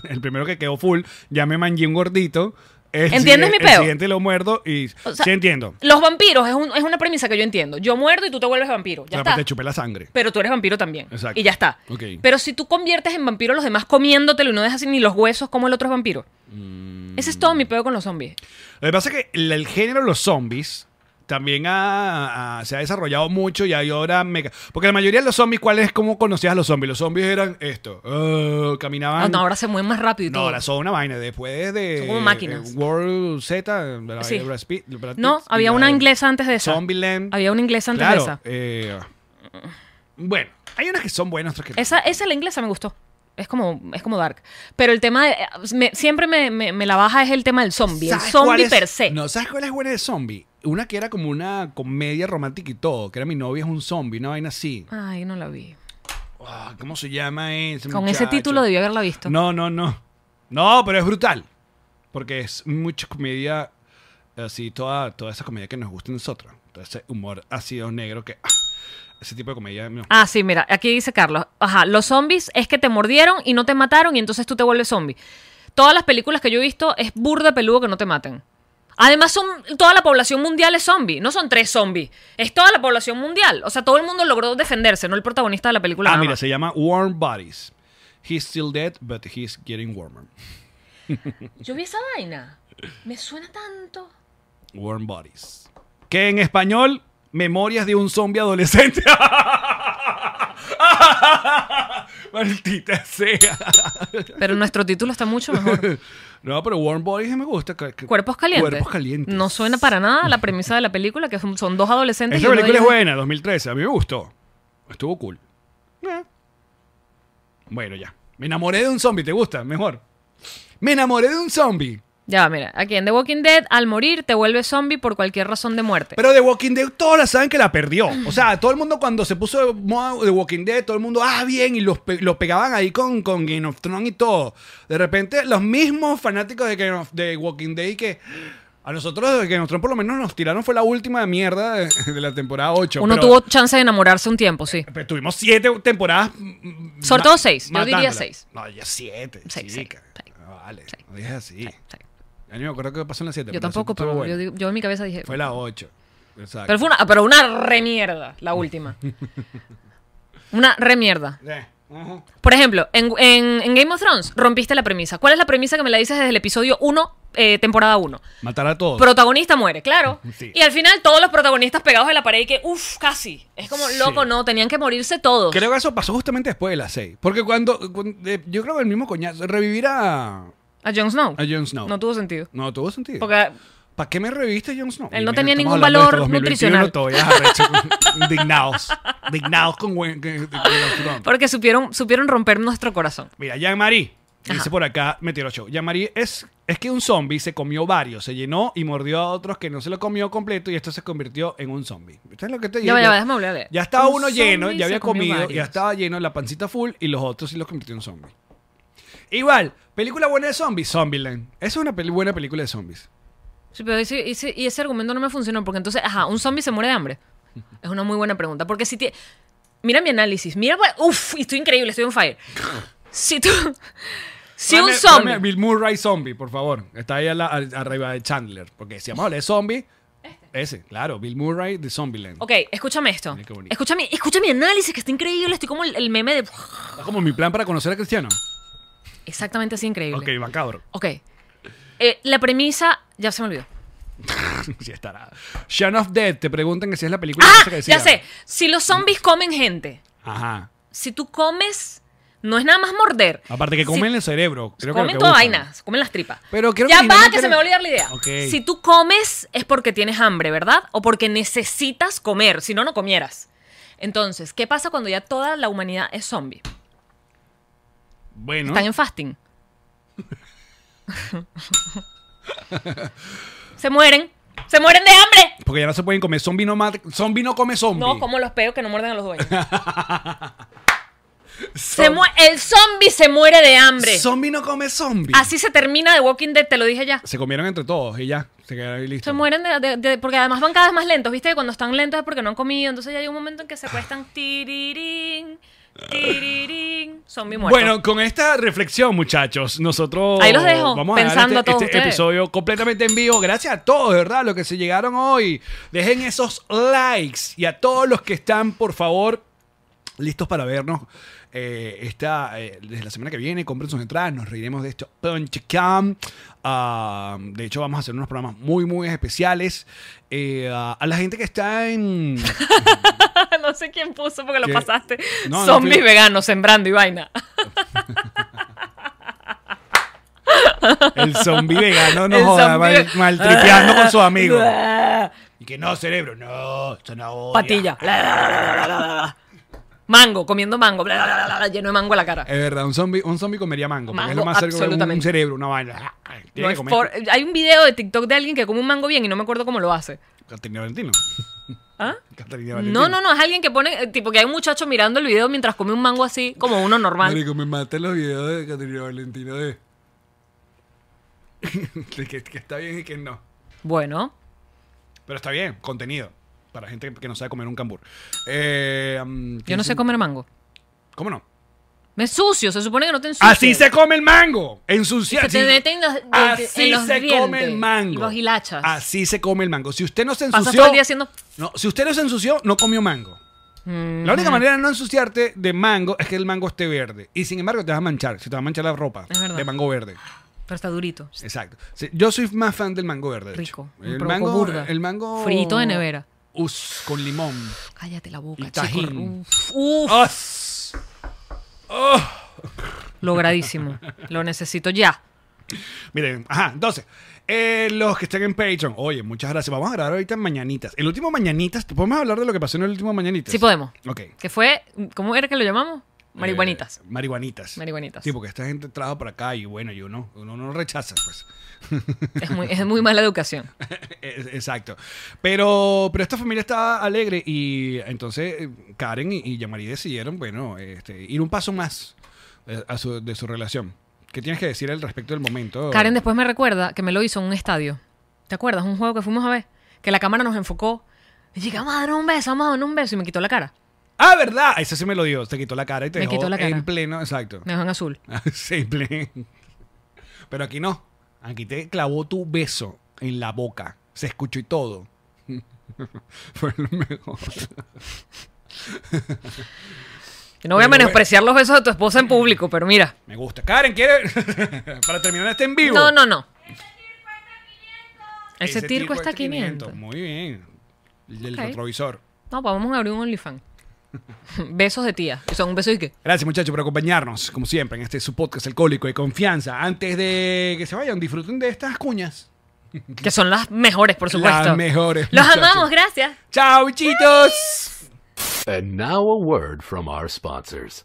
S3: El primero que quedó full, ya me mangué un gordito. El
S4: ¿Entiendes
S3: sigui-
S4: mi peo?
S3: El siguiente lo muerdo y.
S4: O sea,
S3: sí, entiendo.
S4: Los vampiros es, un- es una premisa que yo entiendo. Yo muerdo y tú te vuelves vampiro.
S3: O
S4: Ya
S3: sea,
S4: está.
S3: pues, te chupé la sangre.
S4: pero tú eres vampiro también.
S3: Exacto.
S4: Y ya está.
S3: Ok.
S4: Pero si tú conviertes en vampiro a los demás comiéndotelo y no dejas ni los huesos como el otro es vampiro.
S3: Mm.
S4: Ese es todo mi pedo con los zombies.
S3: Lo que pasa es que el, el género de los zombies también ha- ha- se ha desarrollado mucho y hay ahora meca- Porque la mayoría de los zombies, ¿cuál es cómo conocías a los zombies? Los zombies eran esto. ah, caminaban.
S4: Ah, no, ahora se mueven más rápido y
S3: No,
S4: todo.
S3: ahora son una vaina. Después de.
S4: Son como máquinas.
S3: eh, World Z. de la-
S4: Sí.
S3: de Brad Pitt- de Brad
S4: No,
S3: Pitt,
S4: había
S3: la-
S4: una inglesa antes de esa.
S3: Zombieland.
S4: Había una inglesa antes
S3: Claro,
S4: de esa.
S3: eh, bueno, hay unas que son buenas, otras que no.
S4: Esa, esa la inglesa me gustó. Es como, es como dark. Pero el tema de- eh, me- siempre me, me- me la baja es el tema del zombie. El
S3: ¿Sabes cuál
S4: zombie
S3: es-
S4: per se.
S3: No, ¿sabes cuál es buena de zombie? Una que era como una comedia romántica y todo, que era mi novia es un zombie, una vaina así.
S4: Ay, no la vi.
S3: Ah, ¿Cómo se llama ese
S4: Con ese título
S3: de
S4: debí haberla visto.
S3: No, no, no. No, pero es brutal. Porque es mucha comedia, así, toda, toda esa comedia que nos gusta a nosotros. Todo ese humor ácido negro que... ah, ese tipo de comedia... no.
S4: Ah, sí, mira, aquí dice Carlos. Ajá, los zombies es que te mordieron y no te mataron y entonces tú te vuelves zombie. Todas las películas que yo he visto es burda peludo que no te maten. Además, son, toda la población mundial es zombie. No son tres zombies. Es toda la población mundial. O sea, todo el mundo logró defenderse, no el protagonista de la película.
S3: Ah,
S4: nada
S3: mira,
S4: más.
S3: se llama Warm Bodies. He's still dead, but he's getting warmer.
S4: Yo vi esa vaina. Me suena tanto.
S3: Warm Bodies. Que en español, Memorias de un zombie adolescente. (laughs) Maldita sea.
S4: Pero nuestro título está
S3: (laughs)
S4: mucho mejor.
S3: No, pero Warm Bodies me gusta. que- que-
S4: Cuerpos calientes.
S3: Cuerpos calientes.
S4: No suena para nada la premisa de la película, que son, son dos adolescentes.
S3: Esta
S4: y uno de
S3: película es
S4: ellos-
S3: buena, 2013. A mí me gustó. Estuvo cool. Eh. Bueno, ya. Me enamoré de un zombie. ¿Te gusta? Mejor. Me enamoré de un zombie.
S4: Ya, va, mira, aquí en The Walking Dead, al morir te vuelves zombie por cualquier razón de muerte.
S3: Pero The Walking Dead, todas las saben que la perdió. O sea, todo el mundo cuando se puso de moda The Walking Dead, todo el mundo, ah, bien, y los, pe- los pegaban ahí con, con Game of Thrones y todo. De repente, los mismos fanáticos de, Game of- de Walking Dead y que a nosotros de Game of Thrones por lo menos nos tiraron, fue la última mierda de, de la temporada 8.
S4: Uno tuvo chance de enamorarse un tiempo, sí.
S3: Pero tuvimos siete temporadas. mm,
S4: Sobre
S3: ma-
S4: todo seis, yo diría
S3: matándola.
S4: seis.
S3: No, ya siete.
S4: Seis,
S3: chica.
S4: seis, seis.
S3: No, vale, no dije así.
S4: Sí.
S3: Ya ni me acuerdo qué pasó en la siete.
S4: Yo
S3: pero
S4: tampoco,
S3: sí estuvo
S4: pero
S3: bueno.
S4: yo, digo- yo en mi cabeza dije.
S3: Fue la 8. Exacto.
S4: Pero fue una, ah, pero una remierda,
S3: (laughs)
S4: la última. Una remierda.
S3: Eh, ajá.
S4: Por ejemplo, en, en- en Game of Thrones rompiste la premisa. ¿Cuál es la premisa que me la dices desde el episodio 1, eh, temporada 1?
S3: Matar a todos.
S4: Protagonista muere, claro.
S3: (laughs) Sí.
S4: Y al final todos los protagonistas pegados de la pared y que, uff, casi. Es como,
S3: Sí.
S4: loco, no, tenían que morirse todos.
S3: Creo que eso pasó justamente después de las 6. Porque cuando. cuando- eh, yo creo que el mismo coñazo. Revivir a. A
S4: A Jon Snow.
S3: Jon Snow.
S4: No tuvo sentido.
S3: No tuvo sentido.
S4: Porque
S3: ¿Para qué me reviste Jon Snow?
S4: Él no
S3: Mira,
S4: tenía
S3: estamos
S4: ningún
S3: hablando
S4: valor
S3: de esto, 2021
S4: nutricional.
S3: Todavía arrecho, (laughs) indignados. Indignados con. buen- con- con- con- con-
S4: Porque supieron, supieron romper nuestro corazón.
S3: Mira, Jean-Marie. Dice
S4: Ajá.
S3: por acá, me tiró show. Jean-Marie es, es que un zombie se comió varios, se llenó y mordió a otros que no se lo comió completo y esto se convirtió en un zombie. ¿Esto es lo que te digo?
S4: Ya, va, ya, va, déjame volver a leer.
S3: Ya estaba
S4: Un
S3: uno lleno,
S4: zombie
S3: ya
S4: se
S3: había
S4: comió
S3: comido, ya
S4: varios.
S3: estaba lleno, la pancita full y los otros sí los convirtió en zombies. Igual, película buena de zombies, Zombieland. Esa es una peli- buena película de zombies.
S4: Sí, pero ese- ese- y ese argumento no me funcionó porque entonces, ajá, un zombie se muere de
S3: (laughs)
S4: hambre. Es una muy buena pregunta. Porque si te. Mira mi análisis. Mira. Uff, estoy increíble, estoy
S3: (laughs)
S4: on fire. Si tú. (laughs) Si un
S3: Dame- dame
S4: zombie.
S3: Bill Murray zombie, por favor. Está ahí a la- a- arriba de Chandler. Porque si vamos a hablar de zombie, ese, claro, Bill Murray de Zombieland.
S4: Este. Ok, escúchame esto.
S3: Mira qué bonito.
S4: Escucha mi, escucha mi análisis, que está increíble. Estoy como el, el meme de.
S3: Es como mi plan para conocer a Cristiano.
S4: Exactamente así, increíble.
S3: Ok, macabro. (laughs)
S4: Ok. Eh, la premisa. Ya se me olvidó.
S3: sí estará. Shaun of Dead, te preguntan que si es la película
S4: ¡Ah!
S3: esa que decía.
S4: Ya sé. Si los zombies comen gente.
S3: Ajá.
S4: si tú comes No es nada más morder.
S3: Aparte que
S4: Si-
S3: comen el cerebro. Creo que es lo
S4: comen
S3: que
S4: toda
S3: buscan.
S4: vaina, comen las tripas.
S3: Pero creo
S4: ya
S3: que
S4: va,
S3: igualmente
S4: que se
S3: era-
S4: me olvida la idea.
S3: Ok.
S4: Si tú comes es porque tienes hambre, ¿verdad? O porque necesitas comer, si no, no comieras. Entonces, ¿qué pasa cuando ya toda la humanidad es zombie?
S3: Bueno.
S4: Están
S3: (laughs)
S4: en fasting. se mueren. Se mueren de hambre.
S3: Porque ya no se pueden comer. Zombie no, mata- zombie no come zombie.
S4: No, como los peos que no muerden a
S3: (laughs)
S4: los dueños.
S3: Zom-
S4: Se mue- el zombie se muere de hambre.
S3: Zombie no come zombie.
S4: Así se termina The Walking Dead, te lo dije ya.
S3: Se comieron entre todos y ya. Se quedaron ahí listos.
S4: Se mueren de, de- de- porque además van cada vez más lentos, ¿viste? Que cuando están lentos es porque no han comido, entonces ya hay un momento en que se acuestan tirirín, tirirín, zombie muerto.
S3: Bueno, con esta reflexión, muchachos, nosotros
S4: Ahí los dejo,
S3: vamos a dejar
S4: pensando
S3: este,
S4: a todos
S3: este
S4: ustedes.
S3: episodio completamente en vivo. Gracias a todos, de verdad, los que se llegaron hoy. Dejen esos likes y a todos los que están, por favor, listos para vernos. eh, esta, eh, desde la semana que viene, compren sus entradas, nos reiremos de esto. Punch Cam. Ah, de hecho, vamos a hacer unos programas muy, muy especiales. Eh, a a la gente que está en.
S4: (laughs) no sé quién puso porque lo
S3: ¿Qué?
S4: pasaste.
S3: No, no,
S4: Zombies
S3: fui-
S4: veganos sembrando y vaina.
S3: El zombi vegano no
S4: (laughs) El
S3: joda,
S4: zombi
S3: mal,
S4: ve-
S3: maltripeando con
S4: (laughs)
S3: sus amigos. Y que no, cerebro, no, zanahoria.
S4: Patilla. bla, bla, bla, bla, bla, bla. Mango, comiendo mango, bla, bla, bla, bla, bla, lleno de mango a la cara.
S3: (laughs) Es verdad, un zombie un zombi comería mango, porque es lo
S4: Mango,
S3: más cerca de un- un
S4: absolutamente.
S3: cerebro, una vaina. Ah, Tiene
S4: No
S3: que
S4: es
S3: comer
S4: for- hay un video de TikTok de alguien que come un mango bien y no me acuerdo cómo lo hace.
S3: Caterina Valentino. (laughs)
S4: ¿Ah?
S3: Caterina Valentino.
S4: No, no, no, es alguien que pone, eh, tipo que hay un muchacho mirando el video mientras come un mango así, como uno normal.
S3: Marico, me matan los videos de Caterina Valentino de... (laughs) de que, que está bien y que no.
S4: Bueno,
S3: Pero está bien, contenido. Para gente que no sabe comer un cambur. Eh, um,
S4: yo no sé comer mango.
S3: ¿Cómo no?
S4: Me ensucio, se supone que no te ensucias.
S3: Así se come el mango.
S4: Y
S3: Ensuciar.
S4: se te
S3: sí.
S4: meten los- de- de-
S3: Así
S4: en los
S3: se come
S4: dientes
S3: el mango.
S4: y los hilachas.
S3: Así se come el mango. Si usted no se
S4: Pasas
S3: ensució.
S4: todo el día haciendo-
S3: No, si usted no se ensució, no comió mango.
S4: Mm,
S3: La única manera de no ensuciarte de mango es que el mango esté verde. Y sin embargo, te vas a manchar. Se te va a manchar la ropa
S4: Es verdad.
S3: de mango verde.
S4: Pero está durito.
S3: Exacto. Sí, yo soy más fan del mango verde. de
S4: Rico.
S3: hecho.
S4: Me
S3: El
S4: provocó
S3: mango,
S4: burda.
S3: el mango.
S4: Frito de nevera.
S3: Us, con limón.
S4: Cállate la boca,
S3: Y
S4: chico.
S3: tajín. Ah.
S4: Uf, uf,
S3: Us.
S4: logradísimo. Lo necesito ya.
S3: Miren, ajá, entonces, eh, los que estén en Patreon, oye, muchas gracias. Vamos a grabar ahorita en Mañanitas. El último Mañanitas, ¿te ¿podemos hablar de lo que pasó en el último Mañanitas?
S4: Sí podemos.
S3: Ok.
S4: Que fue, ¿cómo era que lo llamamos? Marihuanitas.
S3: Eh, marihuanitas.
S4: Marihuanitas.
S3: Sí, porque esta gente trajo para acá y bueno, y uno, uno no rechaza, pues. (laughs)
S4: Es, muy, es muy mala educación.
S3: Eh, Exacto. Pero, pero esta familia estaba alegre y entonces eh, Karen y, y Yamari decidieron, bueno, este, ir un paso más eh, a su- de su relación. ¿Qué tienes que decir al respecto del momento?
S4: Karen después me recuerda que me lo hizo en un estadio. ¿Te acuerdas? Un juego que fuimos a ver. Que la cámara nos enfocó. Y dije, vamos a dar un beso, vamos a dar un beso. Y me quitó la cara.
S3: Ah, ¿verdad? Ese sí me lo dio. Te quitó la cara y te
S4: Me
S3: dejó
S4: quitó la cara.
S3: en pleno. Exacto. (laughs)
S4: Me dejó en azul.
S3: Simple. Pero aquí no. Aquí te clavó tu beso en la boca. Se escuchó y todo. (laughs) Fue lo mejor.
S4: Yo no voy a
S3: Pero bueno.
S4: menospreciar los besos de tu esposa en público, pero mira.
S3: Me gusta. Karen, ¿quiere? (laughs) Para terminar este en vivo.
S4: No, no, no.
S3: Ese
S4: Ese tir
S3: tiro
S4: cuesta
S3: cuesta
S4: 500.
S3: Muy bien. El del
S4: Ok.
S3: retrovisor.
S4: No, pues vamos a abrir un OnlyFans. (laughs) besos de tía. Y son un beso y qué.
S3: Gracias muchachos por acompañarnos, como siempre, en este su podcast alcohólico de confianza. Antes de que se vayan, disfruten de estas cuñas.
S4: Que son las mejores, por supuesto.
S3: Las mejores.
S4: Los
S3: muchachos.
S4: amamos, gracias.
S3: Chao, bichitos.
S5: And now a word from our sponsors.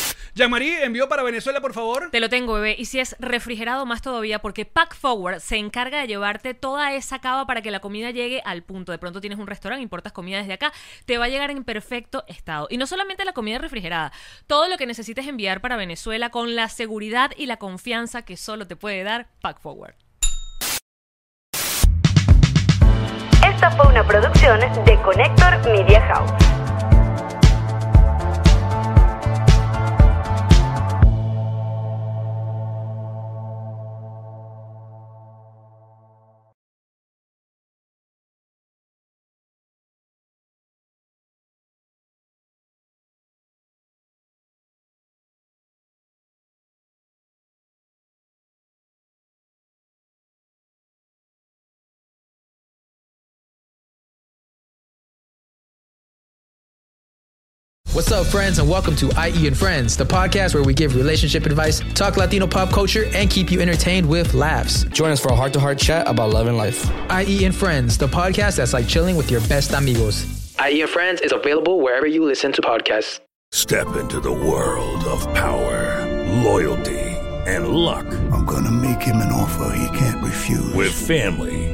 S3: Ya, Marí, envío para Venezuela, por favor.
S4: Te lo tengo, bebé. Y si es refrigerado, más todavía, porque Pack Forward se encarga de llevarte toda esa cava para que la comida llegue al punto. De pronto tienes un restaurante, importas comida desde acá, te va a llegar en perfecto estado. Y no solamente la comida refrigerada, todo lo que necesites enviar para Venezuela con la seguridad y la confianza que solo te puede dar Pack Forward.
S1: Esta fue una producción de Connector Media House.
S6: What's up, friends, and welcome to IE and Friends, the podcast where we give relationship advice, talk Latino pop culture, and keep you entertained with laughs.
S7: Join us for a heart to heart chat about love and life.
S6: IE and Friends, the podcast that's like chilling with your best amigos.
S7: IE E and Friends is available wherever you listen to podcasts.
S8: Step into the world of power, loyalty, and luck
S9: I'm gonna make him an offer he can't refuse.
S8: with family,